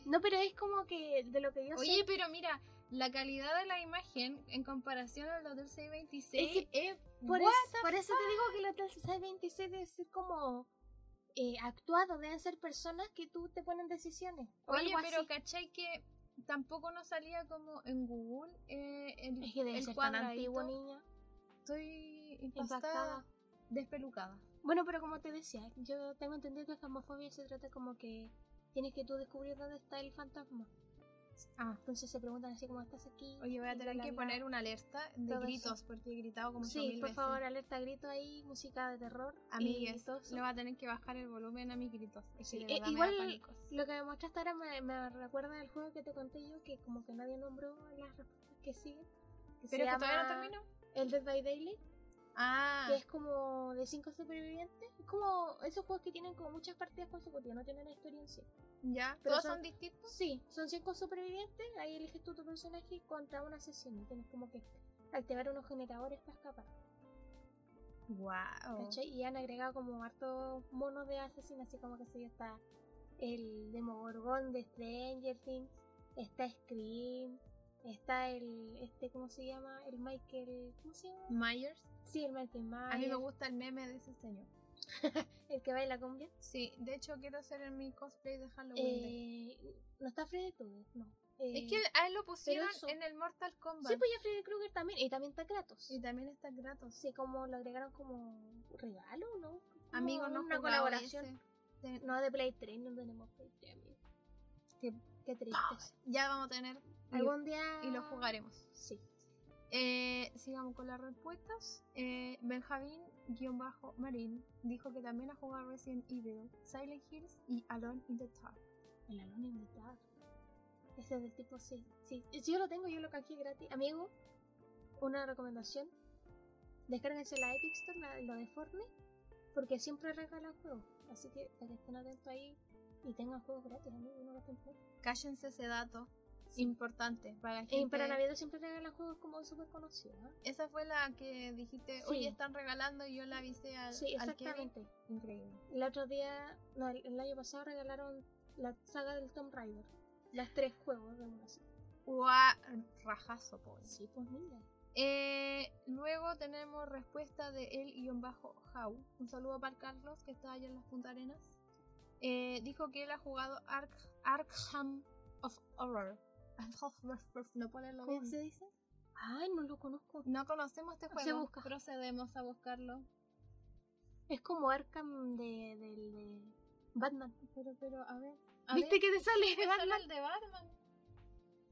No, pero es como que de lo que yo
Oye, pero mira, la calidad de la imagen en comparación al Hotel 626
Es
es...
sé. Por,
what
es- por eso te digo que los Hotel 626 debe ser como eh, actuado, deben ser personas que tú te ponen decisiones. O
Oye,
algo
pero
así.
¿cachai que tampoco nos salía como en Google eh, el,
Es que debe
el
ser tan
cuadradito?
antiguo, niña.
Estoy impactada,
Impactada.
despelucada.
Bueno, pero como te decía, yo tengo entendido que famofobia se trata como que tienes que tú descubrir dónde está el fantasma.
Ah.
Entonces se preguntan así como estás aquí.
Oye, voy a
Y
tener
bla,
que
bla,
poner
bla.
una alerta de
Todo eso.
gritos porque he gritado como
Sí,
8.000
por
veces.
favor, alerta grito ahí, música de terror. y
Amigues,
todo eso.
le va a tener que bajar el volumen a mis gritos. Es que
Sí,
de
eh,
verdad me
igual
da pánico.
Lo que me mostraste ahora me, me recuerda al juego que te conté yo, que como que nadie nombró las respuestas que siguen. que se
Pero es que todavía no
llama
termino.
El Dead by Daily,
Ah,
que es como de 5 supervivientes. Es como esos juegos que tienen como muchas partidas consecutivas, no tienen una historia en sí.
ya.
pero
¿Todos
son-
son distintos?
Sí, son 5 supervivientes, ahí eliges tú tu personaje contra un asesino. y Tienes como que activar unos generadores para escapar.
Wow.
¿cachai? Y han agregado como hartos monos de asesinos, así como que sé yo, está el Demogorgon de Stranger Things, está Scream, está el, este, ¿cómo se llama? El Michael, ¿cómo se llama?
Myers.
Sí, el Michael Myers,
Mm. A mí me gusta el meme de ese señor.
el que baila cumbia.
Sí, de hecho quiero hacer en mi cosplay de Halloween. de-
Eh, no está Freddy Krueger, no. Eh,
es que a él lo pusieron
eso-
en el Mortal Kombat.
Sí, pues ya Freddy Krueger también, y también está Kratos.
Y también está Kratos.
Sí, como lo agregaron como regalo, ¿no? Como
Amigos, no
una
jugaba
colaboración.
ese.
No, de Play 3, no tenemos Play 3, amigo.
Qué-
Qué triste.
Ah, Ya vamos a tener. y-
Algún día.
Y lo jugaremos.
Sí.
Eh, sigamos con las respuestas. Eh, Benjamín-Marín dijo que también ha jugado Resident Evil, Silent Hills y Alone in the Dark.
El alumno invitado. Ese es del tipo sí. Sí. Y Si yo lo tengo, yo lo canjeé gratis. Amigo, una recomendación. Descárguense la Epic Store, la, lo de Fortnite, porque siempre regalan juegos. Así que para que estén atentos ahí y tengan juegos gratis, amigo, no gasten plata.
Cállense ese dato
Sí.
importante para la
Y
gente.
para Navidad siempre regalan juegos como súper conocidos. ¿ah?
Esa fue la que dijiste,
Sí.
oye, están regalando y yo la avisé al,
Sí,
al Kevin.
exactamente.
Increíble.
El otro día, no, el, el año pasado regalaron la saga del Tomb Raider. Las tres juegos de una sola.
Ua- rajazo, pobre.
Sí, pues mira.
Eh, luego tenemos respuesta de él guión bajo How. Un saludo para Carlos que está allá en las Punta Arenas. Eh, dijo que él ha jugado Ark- Arkham of Horror. *laughs* No ponerlo
¿Cómo
bien.
se dice? Mm. Ay, no lo conozco.
No conocemos este
Se
juego.
busca.
Procedemos a buscarlo.
Es como Arkham de, del- de Batman.
Pero, pero, a ver.
¿Viste que te sale
que
de Batman?
el de Batman?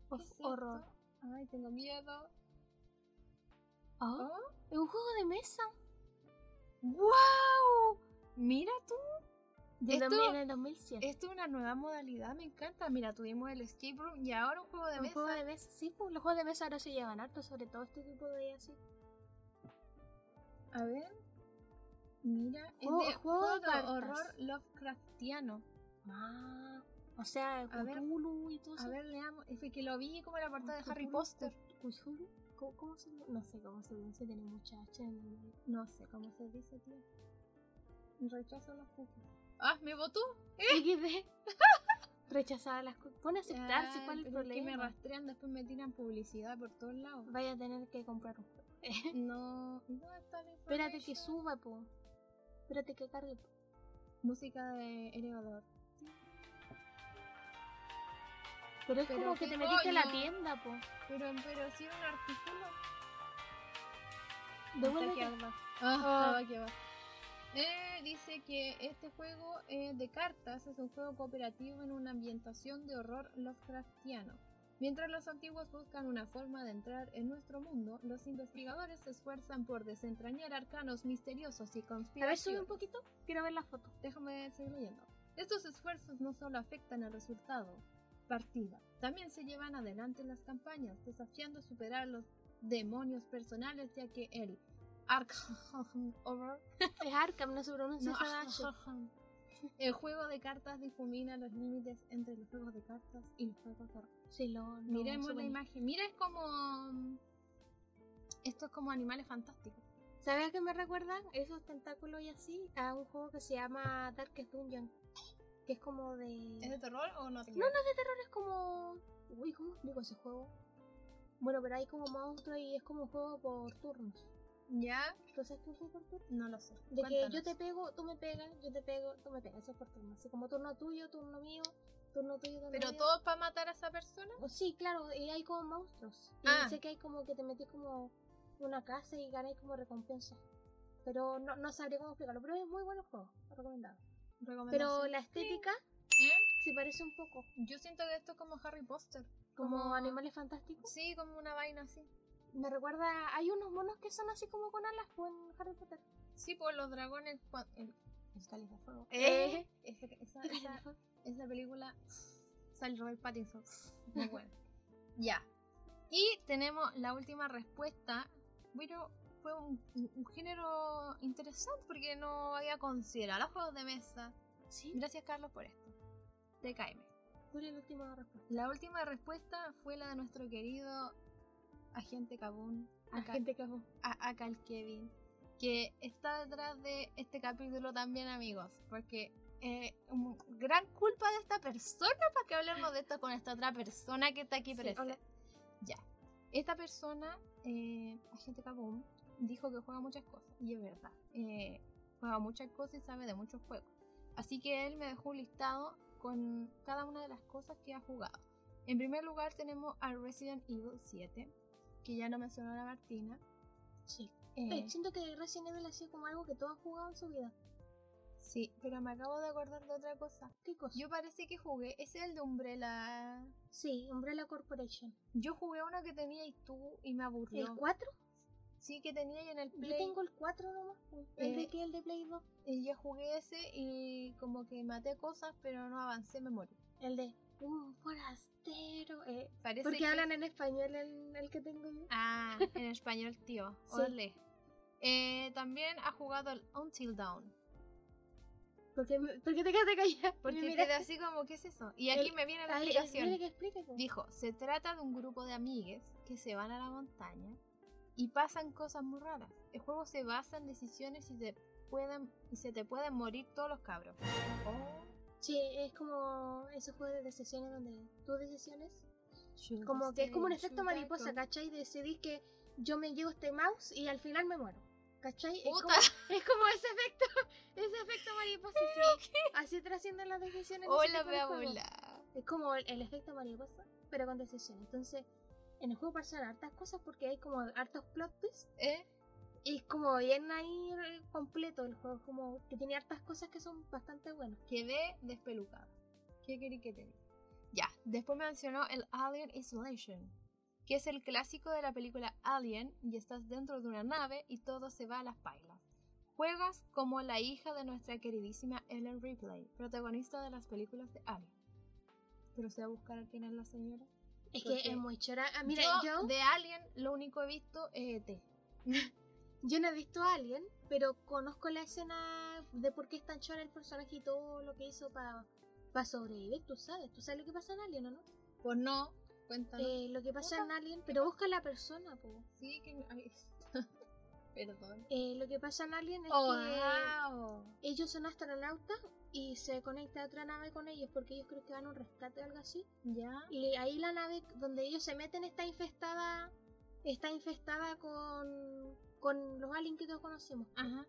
¿Qué
Of
es esto?
Horror.
Ay, tengo miedo.
Ah, Es un juego de mesa.
¡Wow! Mira tú.
De
Esto-
dos- en el 2007.
Esto es una nueva modalidad, me encanta. Mira, tuvimos el escape room y ahora un juego de
un
mesa.
juego de mesa. Sí, pues, los juegos de mesa ahora se llevan harto, sobre todo este tipo de así.
A ver. Mira, es
Juego-
de
juego de cartas.
horror Lovecraftiano.
Ah, o sea,
A ver,
Cthulhu y todo
A
eso.
ver, leamos. Es que lo vi como en la portada de
Cthulhu,
Harry Potter.
Cthulhu. ¿Cómo, cómo se llama? No sé cómo se dice, tiene mucha H en el nombre.
No sé cómo se dice, tío. Rechazo los cookies. ¡Ah, me votó!
*laughs* XD. Rechazar las cosas. Pon aceptar, si
Ay,
cuál es el
pero que me
problema.
rastrean, después me tiran publicidad por todos lados.
Vaya a tener que comprar un juego. *laughs*
No, no está la
Espérate que
information.
suba, po. Espérate que cargue. po.
Música de elevador.
Pero es
Pero
como que
qué
te metiste a la
coño.
tienda, po.
Pero, pero si era un artículo.
Devuélvete.
aquí Ah, va que va. Eh, dice que este juego eh, de cartas es un juego cooperativo en una ambientación de horror Lovecraftiano. Mientras los antiguos buscan una forma de entrar en nuestro mundo, los investigadores se esfuerzan por desentrañar arcanos misteriosos y
A ver, sube
conspiraciones.
un poquito. Quiero ver la foto.
Déjame seguir leyendo. Estos esfuerzos no solo afectan al resultado partida, también se llevan adelante las campañas, desafiando a superar los demonios personales, ya que el Arkham Horror
Es Arkham, *laughs* no se pronuncia
no,
esa H.
El juego de cartas difumina los límites entre los juegos de cartas y los juegos de rol.
Sí, lo. no,
Miremos
suponía.
la imagen. Mira, es como. Esto es como animales fantásticos.
¿Sabes a qué me recuerdan? Esos tentáculos y así a un juego que se llama Darkest Dungeon. Que es como de.
¿Es de terror o no?
No, no es de terror, es como. Uy, ¿cómo explico ese juego? Bueno, pero hay como monstruos y es como un juego por turnos.
¿Ya?
¿Tú sabes qué es un juego por turnos?
No lo sé.
De
Cuéntanos.
que yo te pego, tú me pegas, yo te pego, tú me pegas, eso es por turnos. Así como turno tuyo, turno mío, turno tuyo, turno
Pero
mío.
todo para matar a esa persona.
Oh, sí, claro, y hay como monstruos. Y
Ah.
sé que hay como que te metís como una casa y ganáis como recompensa. Pero no, no sabría cómo explicarlo, pero es muy bueno el juego, recomendado. Pero
Recomendación.
la estética
¿Eh?
se parece un poco.
Yo siento que esto es como Harry Potter.
como,
Como-
animales fantásticos.
Sí, como una vaina así.
Me recuerda, hay unos monos que son así como con alas pues, en Harry Potter.
Sí, pues los dragones. cua- El, el cáliz de fuego.
Eh.
Eh, ese- esa, esa- esa película. Sale Robert Pattinson. Muy buena. ya. Y tenemos la última respuesta. Pero fue un, un- un género interesante porque no había considerado los juegos de mesa.
¿Sí?
Gracias, Carlos, por esto. Te caeme.
¿Cuál es la última respuesta?
La última respuesta fue la de nuestro querido agente Kabun.
La
Aka-
gente que hago.
a, a Cal Kevin, que está detrás de este capítulo también, amigos, porque eh, un- gran culpa de esta persona para que hablemos de esto con esta otra persona que está aquí
Sí,
presente.
hola.
Ya, esta persona, eh, agente Kaboom, dijo que juega muchas cosas, y es verdad, eh, juega muchas cosas y sabe de muchos juegos. Así que él me dejó un listado con cada una de las cosas que ha jugado. En primer lugar tenemos a Resident Evil 7, que ya no mencionó la Martina.
Sí.
Eh,
Eh, siento que Resident Evil ha sido como algo que todos han jugado en su vida.
Sí, pero me acabo de acordar de otra cosa.
¿Qué cosa?
Yo parece que jugué, ese es el de Umbrella.
Sí, Umbrella Corporation.
Yo jugué uno que tenía y tú y me aburrió.
¿El 4?
Sí, que tenía y en el
Yo
Play.
tengo el 4 nomás. ¿El
Eh,
de qué? ¿El de Play 2?
Y yo jugué ese y como que maté cosas, pero no avancé, me morí.
El de un forastero. Eh,
Parece
porque
que-
hablan en español el, el que tengo yo. *laughs*
Ah, en español, tío.
Sí.
Ole. Eh, también ha jugado el Until Dawn.
¿Por qué, me- por qué te quedaste callada?
*laughs* Porque
Mira, este
quedé así como, ¿qué es eso? Y aquí
El-
me viene la
ahí,
explicación.
mira que explica, po.
Dijo, se trata de un grupo de amigues que se van a la montaña y pasan cosas muy raras. El juego se basa en decisiones y, te pueden, y se te pueden morir todos los cabros.
Oh, Sí, es como esos juegos de decisiones donde tú decisiones. Como que es como un efecto mariposa, ¿cachai? Decidís que yo me llevo este mouse y al final me muero. ¿Cachai? Es como,
Puta.
es como ese efecto, *laughs* ese efecto mariposa.
*laughs*
sí. Así trascienden las decisiones. ese
Hola,
tipo de
voy a
juegos.
volar.
Es como el, el efecto mariposa, pero con decisiones. Entonces, en el juego pasan hartas cosas porque hay como hartos plot twists.
¿Eh?
Y es como bien ahí eh, completo el juego, como que tiene hartas cosas que son bastante buenas.
Quedé despelucada. ¿Qué querí que te diga? Ya, después mencionó el Alien Isolation, que es el clásico de la película Alien y estás dentro de una nave y todo se va a las pailas. Juegas como la hija de nuestra queridísima Ellen Ripley, protagonista de las películas de Alien. Pero se va a buscar a quién es la señora.
Es que
Porque
es muy chora. Ah, mira, yo, yo,
de Alien lo único he visto es E ET.
no he visto a alguien, pero conozco la escena de por qué es tan chora el personaje y todo lo que hizo para sobrevivir, tú sabes, tú sabes lo que pasa en Alien, ¿o ¿no?
Pues no, cuéntanos.
Eh, lo que pasa en
Busca-
Alien, pero busca la persona, po.
Sí, que... *laughs* ay, Perdón.
Eh, lo que pasa en Alien es
Oh,
que
wow.
ellos son astronautas y se conecta a otra nave con ellos porque ellos creo que van a un rescate o algo así.
Ya.
Y ahí la nave donde ellos se meten está infestada, está infestada con, con los aliens que todos conocemos. Ah,
Ajá.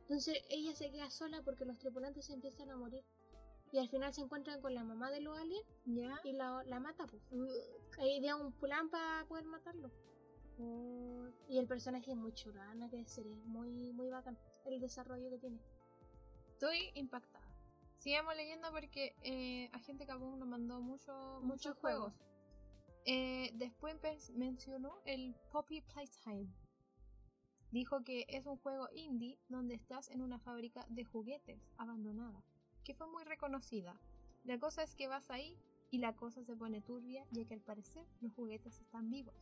Entonces ella se queda sola porque los tripulantes se empiezan a morir. Y al final se encuentran con la mamá de los aliens
Ya.
y la, la mata, pues. Ahí da un plan para poder matarlo.
Oh.
Y el personaje es muy churana, que decir, es muy, muy bacán el desarrollo que tiene.
Estoy impactada. Sigamos leyendo porque eh, Agente Kabum nos mandó mucho- muchos
Muchos
juegos.
juegos.
Eh, después pe- mencionó el Poppy Playtime. Dijo que es un juego indie donde estás en una fábrica de juguetes abandonada, que fue muy reconocida. La cosa es que vas ahí y la cosa se pone turbia, ya que al parecer los juguetes están vivos.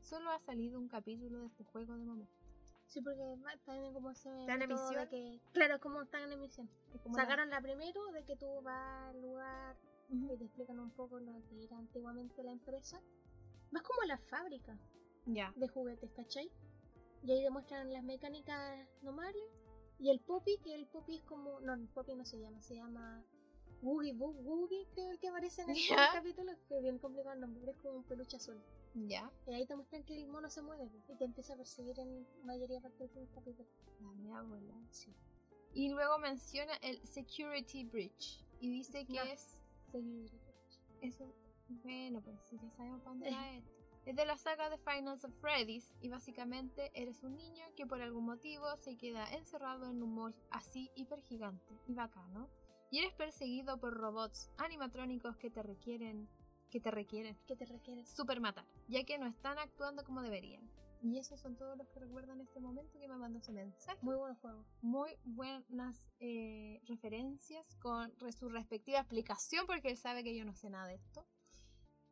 Solo ha salido un capítulo de este juego de momento.
Sí, porque ma- también como ese
en
método de
emisión?
que- claro, es como están en emisión.
Es como una-
Sacaron la primero de que tú vas al lugar
Ujú.
y te explican un poco lo que era antiguamente la empresa. Más como la fábrica
Ya.
de juguetes, ¿cachai? Y ahí demuestran las mecánicas normales. Y el Poppy, que el Poppy es como. No, el Poppy no se llama, se llama. Woogie Boo Woogie, creo el que aparece en el
Ya.
primer capítulo, que es bien complicado el nombre, pero es como un peluche azul.
Ya.
Y ahí te muestran que el mono se mueve pues, y te empieza a perseguir en mayoría parte del primer capítulo.
La mea bola. Y luego menciona el Security Breach. Y dice que
Ya.
es.
Seguir.
Eso. Bueno, pues sí, ya sabemos para dónde va esto. Es de la saga de Finals of Freddy's. Y básicamente eres un niño que por algún motivo se queda encerrado en un mall así hiper gigante y bacano. Y eres perseguido por robots animatrónicos que te requieren. que te requieren.
que te requieren.
Super matar, ya que no están actuando como deberían. Y esos son todos los que recuerdan este momento que me mandó ese mensaje.
Muy buenos
*laughs*
juegos.
Muy buenas eh, referencias con re- su respectiva explicación, porque él sabe que yo no sé nada de esto.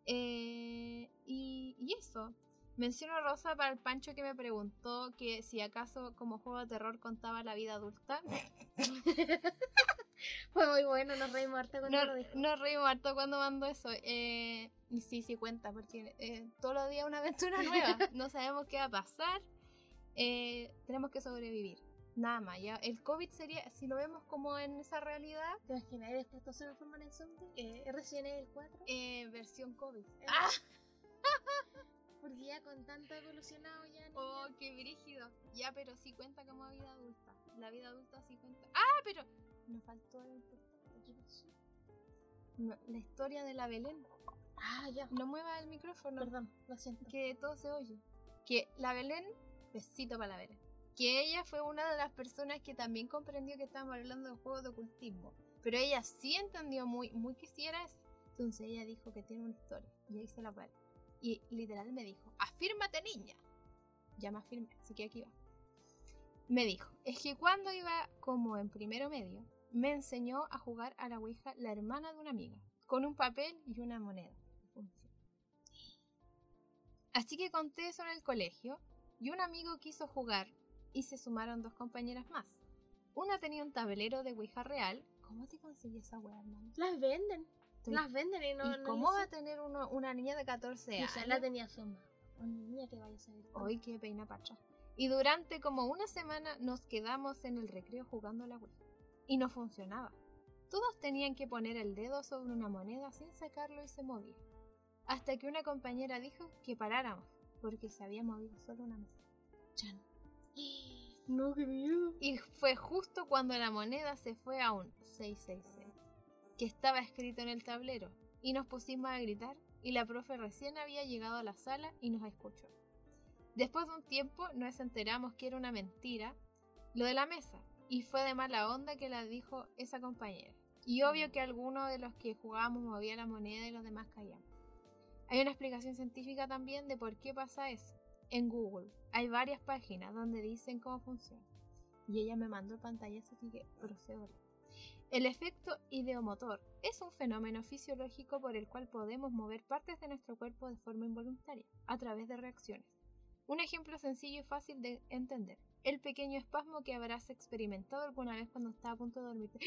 Eh, y, y eso. Menciono a Rosa para el Pancho que me preguntó que si acaso como juego de terror contaba la vida
*laughs*
adulta.
Fue muy bueno, nos reímos harta cuando
No,
lo dijo.
no reímos harto cuando mandó eso. Eh, y sí, sí cuenta, porque eh, todos los días una aventura
*laughs*
nueva. No sabemos qué va a pasar. Eh, tenemos que sobrevivir. Nada más. Ya. El COVID sería, si lo vemos como en esa realidad,
¿Te imaginas? Y Después todos se transforman en zombies. Eh, Resident Evil 4.
eh, versión COVID.
Eh,
¡Ah!
Porque ya con tanto evolucionado ya no.
¡Oh, qué brígido! Ya, pero sí cuenta como vida adulta. La vida adulta sí cuenta. ¡Ah, pero! Nos faltó algo importante. ¿Qué pasó? No, la historia de la Belén.
Ah, ya.
No mueva el micrófono.
Perdón, lo siento.
que todo se oye. Que la Belén, besito para la Belén. Que ella fue una de las personas que también comprendió que estábamos hablando de juegos de ocultismo. Pero ella sí entendió muy, muy que sí era eso. Entonces ella dijo que tiene una historia. Y ahí se la paré. Y literal me dijo, afírmate niña. Ya me afirmé, así que aquí va. Me dijo, es que cuando iba como en primero medio, me enseñó a jugar a la Ouija la hermana de una amiga, con un papel y una moneda. Funciona. Así que conté eso en el colegio y un amigo quiso jugar y se sumaron dos compañeras más. Una tenía un tablero de Ouija real. ¿Cómo te conseguí esa wea, hermano?
Las venden.
Estoy-
Las venden y no.
¿Y
no
cómo va
las-
a tener uno- una niña de 14 años?
Quizás la tenía asomada. O niña que vaya a saber.
Hoy que peina para atrás. Y durante como una semana nos quedamos en el recreo jugando a la Ouija. Y no funcionaba. Todos tenían que poner el dedo sobre una moneda sin sacarlo y se movía. Hasta que una compañera dijo que paráramos, porque se había movido solo una mesa. Chan.
No, qué miedo.
Y fue justo cuando la moneda se fue a un 666, que estaba escrito en el tablero, y nos pusimos a gritar, y la profe recién había llegado a la sala y nos escuchó. Después de un tiempo nos enteramos que era una mentira lo de la mesa, y fue de mala onda que la dijo esa compañera. Y obvio que alguno de los que jugábamos movía la moneda y los demás caíamos. Hay una explicación científica también de por qué pasa eso. En Google hay varias páginas donde dicen cómo funciona y ella me mandó el pantallazo, así que procedo. El efecto ideomotor es un fenómeno fisiológico por el cual podemos mover partes de nuestro cuerpo de forma involuntaria, a través de reacciones. Un ejemplo sencillo y fácil de entender. El pequeño espasmo que habrás experimentado alguna vez cuando estás a punto de dormirte.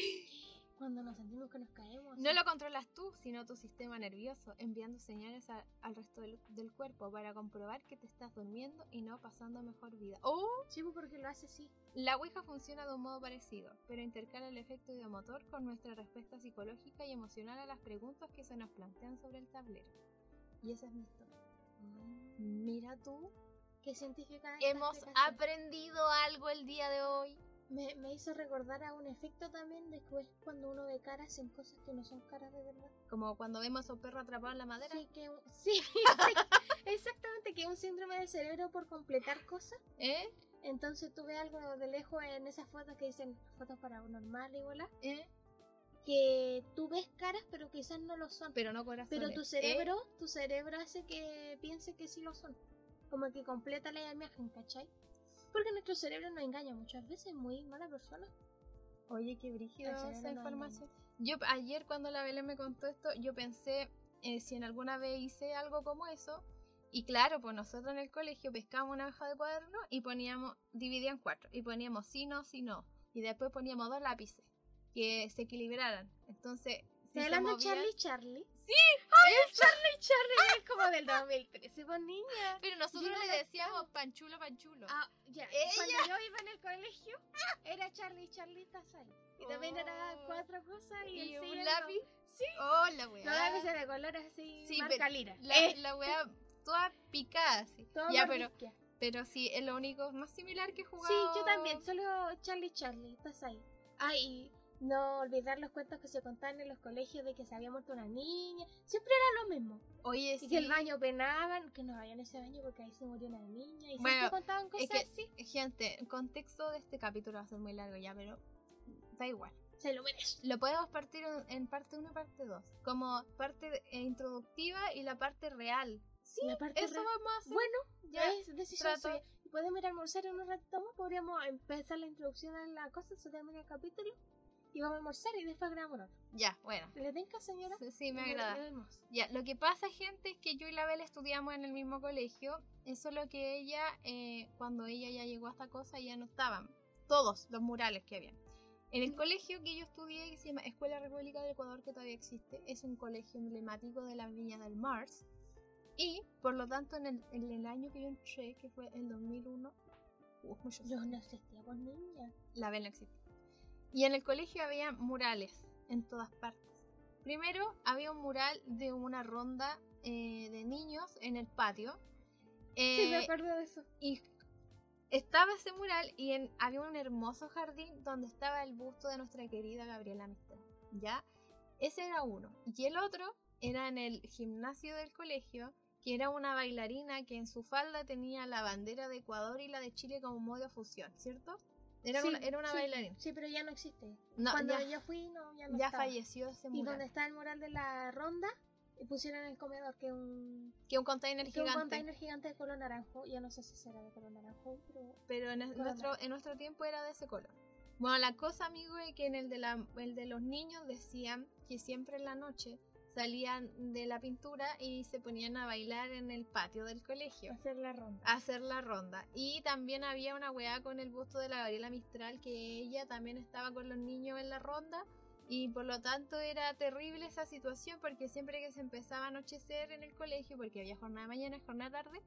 Cuando nos sentimos que nos caemos.
No
así.
lo controlas tú, sino tu sistema nervioso, enviando señales a- al resto del, del cuerpo para comprobar que te estás durmiendo y no pasando mejor vida. ¡Oh!
Sí, pues, porque lo hace así.
La Ouija funciona de un modo parecido, pero intercala el efecto ideomotor con nuestra respuesta psicológica y emocional a las preguntas que se nos plantean sobre el tablero. Y esa es mi historia.
Mm.
Mira tú,
Que científica. esta
hemos
explicación.
aprendido algo el día de hoy.
me, me hizo recordar a un efecto también de que es cuando uno ve caras en cosas que no son caras de verdad.
Como cuando vemos a un perro atrapado en la madera.
Sí, que un- *laughs* sí, sí, exactamente, que es un síndrome del cerebro por completar cosas.
¿Eh?
Entonces tú ves algo de lejos en esas fotos que dicen fotos paranormal y bola,
¿Eh?
que tú ves caras pero quizás no lo son.
Pero no corazón.
Pero tu cerebro, tu cerebro hace que piense que sí lo son. Como que completa la imagen, ¿cachai? Porque nuestro cerebro nos engaña muchas veces, es muy mala persona.
Oye, qué brígido
El cerebro
esa
no
información. Yo ayer cuando la Belén me contó esto, yo pensé eh, si en alguna vez hice algo como eso. Y claro, pues nosotros en el colegio pescábamos una hoja de cuaderno y poníamos, dividía en cuatro, y poníamos sí, no, sí, no. Y después poníamos dos lápices que se equilibraran. Entonces, si
¿Estás
se
hablando de
movían-
Charlie Charlie? ¿Eh?
Sí,
Charlie *laughs* Charlie es como del 2013, pues niña.
Pero nosotros
Yo no
le
lo
decíamos panchulo, panchulo.
Ah, ya.
Ella.
Cuando yo iba en el colegio, era Charlie Charlie Tazay. Y también era
Oh.
cuatro cosas y, el
y
sí,
un
el no.
lápiz.
Sí.
Oh, la weá.
Los lápices de color así,
Sí,
marca
pero
lira.
La,
Eh,
la weá toda picada así.
todo
ya, pero
mordisquea.
Pero sí, es lo único más similar que he jugado.
Sí, yo también, solo Charlie Charlie Tazay. Ay, y no olvidar los cuentos que se contaban en los colegios de que se había muerto una niña. Siempre era lo mismo.
Oye, sí.
Y que el baño penaban, que no vayan a ese baño porque ahí se murió una niña. Y
Bueno,
siempre contaban cosas
que-
así.
Gente, el contexto de este capítulo va a ser muy largo ya, pero da igual.
Se lo merece.
Lo podemos partir en, en parte 1 y parte 2. Como parte eh, introductiva y la parte real. Sí,
La parte
eso
real.
vamos a hacer.
Bueno,
Ya,
ya es decisión
trato.
suya. Y podemos ir a almorzar en un ratito más. Podríamos empezar la introducción a la cosa. Se termina el capítulo. Y vamos a almorzar y después grabamos otro.
ya, bueno.
¿Le tenga, señora?
Sí, sí, me
Le-
agrada.
le demos.
Ya, lo que pasa, gente, es que yo y la Bel estudiamos en el mismo colegio, es solo que ella, eh, cuando ella ya llegó a esta cosa, ya no estaban todos los murales que habían. En el colegio que yo estudié, que se llama Escuela República del Ecuador, que todavía existe, es un colegio emblemático de las Viñas del Mars. Y, por lo tanto, en el, en el año que yo entré, que fue el 2001, uh, muchos
Yo
años
no existía por niña.
la vela existía. Y en el colegio había murales en todas partes. Primero había un mural de una ronda eh, de niños en el patio.
Sí, me
Eh,
acuerdo de eso.
y estaba ese mural y en- había un hermoso jardín donde estaba el busto de nuestra querida Gabriela Mistral. ¿Ya? Ese era uno. Y el otro era en el gimnasio del colegio, que era una bailarina que en su falda tenía la bandera de Ecuador y la de Chile como modo fusión, ¿cierto? Era
Sí,
una, era una
sí,
bailarina.
Sí, pero ya no existe.
No,
Cuando
ya,
yo fui, no, ya no
ya
estaba.
falleció ese
Y donde
mural.
está el mural de la ronda, y pusieron el comedor, que un,
Que un container
que un
gigante.
container gigante de color naranjo. Ya no sé si será de color naranjo, pero
pero en,
Color
nuestro, en nuestro tiempo era de ese color. Bueno, la cosa, amigo, es que en el de, la, el de los niños decían que siempre en la noche salían de la pintura y se ponían a bailar en el patio del colegio,
hacer la ronda.
a hacer la ronda. Y también había una weá con el busto de la Gabriela Mistral, que ella también estaba con los niños en la ronda. Y por lo tanto era terrible esa situación porque siempre que se empezaba a anochecer en el colegio, porque había jornada de mañana, jornada de tarde,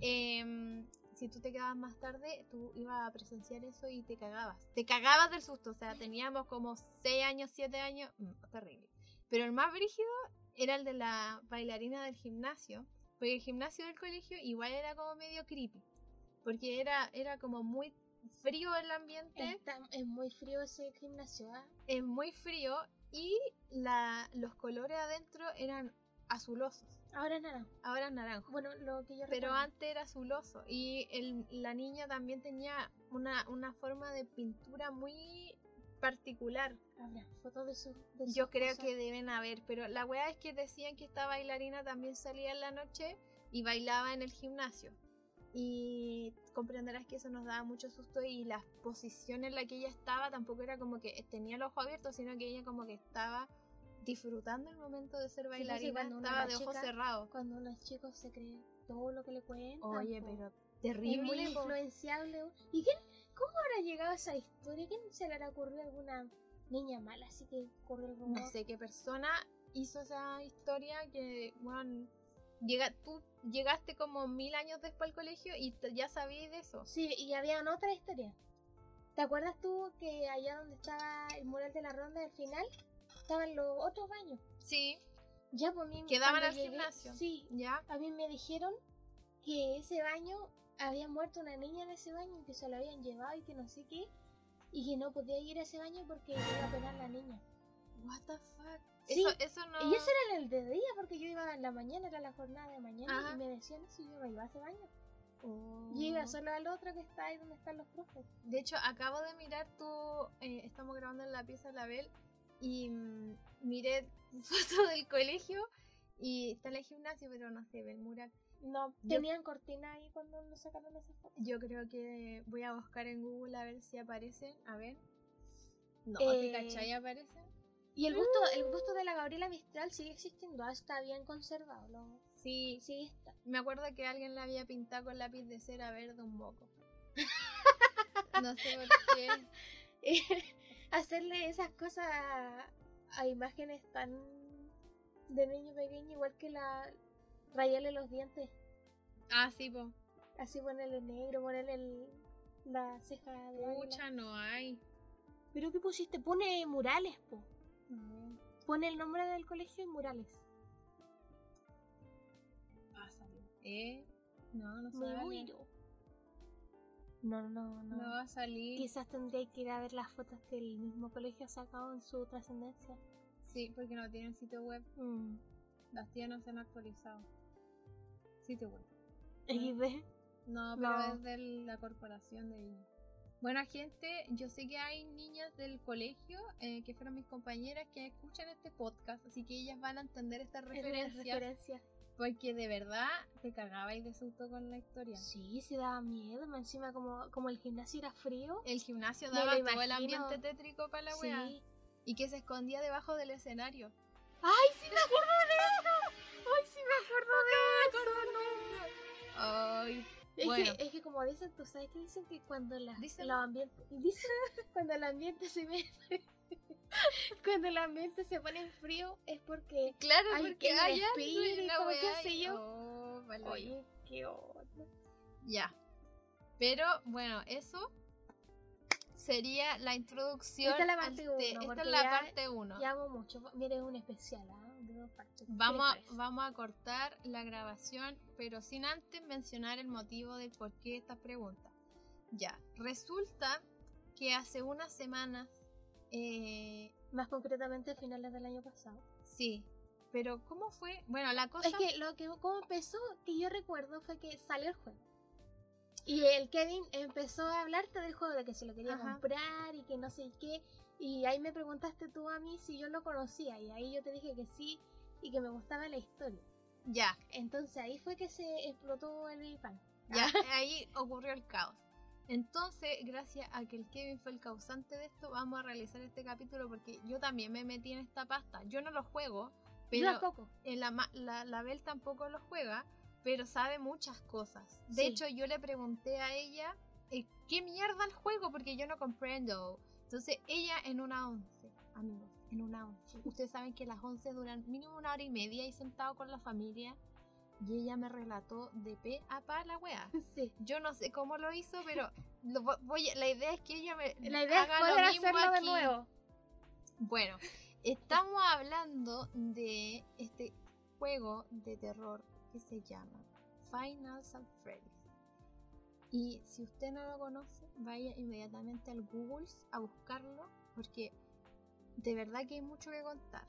em, si tú te quedabas más tarde, tú ibas a presenciar eso y te cagabas. Te cagabas del susto, o sea, teníamos como 6 años, 7 años, mm, terrible. Pero el más brígido era el de la bailarina del gimnasio, porque el gimnasio del colegio igual era como medio creepy, porque era, era como muy frío el ambiente
Está- es muy frío ese gimnasio, ¿ah?
es muy frío y la, los colores adentro eran azulosos.
Ahora es naranjo.
Ahora es naranjo.
Bueno, lo que yo
Pero
recuerdo.
antes era azuloso. Y el- la niña también tenía una, una forma de pintura muy particular.
Habrá fotos de sus. de
Yo
sus
creo
cosas.
que deben haber. Pero la weá es que decían que esta bailarina también salía en la noche y bailaba en el gimnasio. Y comprenderás que eso nos daba mucho susto y la posición en la que ella estaba tampoco era como que tenía el ojo abierto, sino que ella como que estaba disfrutando el momento de ser
pues, sí,
bailarina,
cuando uno
estaba
era
de ojos
chica,
cerrados.
Cuando los chicos se creen todo lo que le cuentan.
Oye,
po.
pero
Es
terrible.
muy
po.
influenciable. ¿Y quién, cómo habrá llegado esa historia? ¿Quién se le habrá ocurrido alguna niña mala? Así que corrió el rumor.
no sé qué persona hizo esa historia que, bueno, llega, tú llegaste como mil años después al colegio y t- ya sabías de eso.
Sí, y había otra historia. ¿Te acuerdas tú que allá donde estaba el mural de la ronda del final estaban los otros baños?
Sí,
Ya por mí.
Quedaban
cuando
al gimnasio.
Sí,
ya.
a mí me dijeron que ese baño había muerto una niña en ese baño y que se lo habían llevado y que no sé qué. Y que no podía ir a ese baño porque le iba a pegar la niña.
What the fuck.
Sí,
Eso, eso no.
Y eso era en el de día, porque yo iba en la mañana, era la jornada de mañana,
Ajá.
y me decían eso, y yo me iba a ese baño.
Oh.
Y iba solo al otro que está ahí donde están los profes.
De hecho, acabo de mirar tu. eh, estamos grabando en la pieza de la Bel y mm, miré *laughs* fotos del colegio y está en el gimnasio, pero no se ve el mural.
No,
Yo-
tenían cortina ahí cuando nos sacaron esas fotos.
Yo creo que voy a buscar en Google a ver si aparecen. A ver. No, ¿te
Eh,
cachai aparecen?
Y el busto, el busto de la Gabriela Mistral sigue existiendo, ah, está bien conservado. Lo,
Sí,
sí, está.
me acuerdo que alguien la había pintado con lápiz de cera verde un poco. No sé por qué.
*laughs* Hacerle esas cosas a, a imágenes tan de niño pequeño, igual que la rayarle los dientes.
Ah, sí, po.
Así ponerle negro, ponerle el- la ceja de águila.
Pucha, no hay.
¿Pero qué pusiste? Pone murales, po. Pone el nombre del colegio en murales.
Pásalo. ¿Eh? No, no
Me
sale.
muero. No, no, no.
No va a salir.
Quizás tendría que ir a ver las fotos que el mismo colegio ha sacado en su trascendencia. Mm.
Sí, porque no tienen sitio web. Las tías no se han actualizado. Sitio web.
XD.
No,
No.
pero es de la corporación de Viña. Bueno, gente, yo sé que hay niñas del colegio eh, que fueron mis compañeras que escuchan este podcast, así que ellas van a entender estas referencias.
referencia.
Porque de verdad te cagabais de susto con la historia.
Sí, se daba miedo. más Encima, como, como el gimnasio era frío.
El gimnasio
Me
daba
lo
todo el
imagino.
ambiente tétrico para la wea.
sí.
Y que se escondía debajo del escenario.
¡Ay, sí me acuerdo de eso! ¡Ay, sí me acuerdo de eso!
Ay,
Es,
Bueno.
que, es que como dicen, tú sabes que dicen que cuando la,
Dicen-
los ambientes- dicen *laughs* cuando el ambiente se ve *laughs* cuando el ambiente se pone frío es porque
claro,
Ay,
porque
que el
hay
espíritu,
algo en la
qué
wea
sé
y-
yo.
Oh, vale.
oye qué onda
Ya. Pero bueno, eso sería la introducción.
Esta es la
al
parte uno,
te- Esta
porque
es la
ya-
parte 1.
ya amo mucho mire un especial ¿ah? de dos partes ¿Qué
Vamos,
les
a-
parece?
vamos a cortar la grabación, pero sin antes mencionar el motivo del por qué esta pregunta. Ya, resulta que hace unas semanas, eh,
más concretamente a finales del año pasado
sí, pero ¿cómo fue? Bueno, la cosa
es que lo que como empezó que yo recuerdo fue que salió el juego y el Kevin empezó a hablarte del juego de que se lo quería
Ajá.
comprar y que no sé qué y ahí me preguntaste tú a mí si yo lo conocía y ahí yo te dije que sí y que me gustaba la historia
ya,
entonces ahí fue que se explotó el Big Bang.
ya,
Ah.
*laughs* ahí ocurrió el caos. Entonces, gracias a que el Kevin fue el causante de esto, vamos a realizar este capítulo porque yo también me metí en esta pasta. Yo no lo juego,
Yo
pero
tampoco
eh, la, ma- la, la Bel tampoco lo juega, pero sabe muchas cosas. De
Sí.
hecho, yo le pregunté a ella, eh, ¿qué mierda el juego? Porque yo no comprendo. Entonces, ella en una once, amigos, en una once. Ustedes saben que las once duran mínimo una hora y media y sentado con la familia. Y ella me relató de pe a pa la wea.
*laughs* sí
Yo no sé cómo lo hizo, pero lo vo- voy a- la idea es que ella me
la idea
haga
es
lo
poder
mismo
hacerlo de
aquí.
nuevo
Bueno, estamos hablando de este juego de terror que se llama Final San Freddy's. Y si usted no lo conoce, vaya inmediatamente al Google a buscarlo, porque de verdad que hay mucho que contar.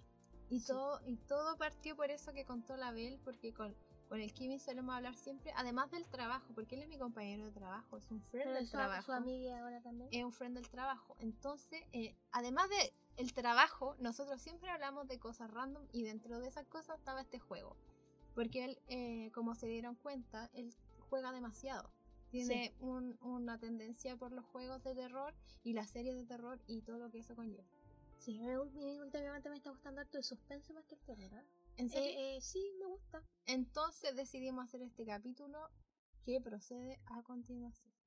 Y,
Sí.
todo, y todo partió por eso que contó la Bel, porque con, con el Kevin solemos hablar siempre, además del trabajo, porque él es mi compañero de trabajo, es un friend
Pero
del
su,
trabajo
su amiga ahora también
es eh, un friend del trabajo. Entonces, eh, además de el trabajo, nosotros siempre hablamos de cosas random y dentro de esas cosas estaba este juego. Porque él, eh, como se dieron cuenta, él juega demasiado. Tiene un- una tendencia por los juegos de terror y las series de terror y todo lo que eso conlleva.
sí me- me- últimamente me está gustando harto el suspenso más que el terror ¿ah?
¿En serio?
Eh, eh, sí me gusta
Entonces decidimos hacer este capítulo que procede a continuación.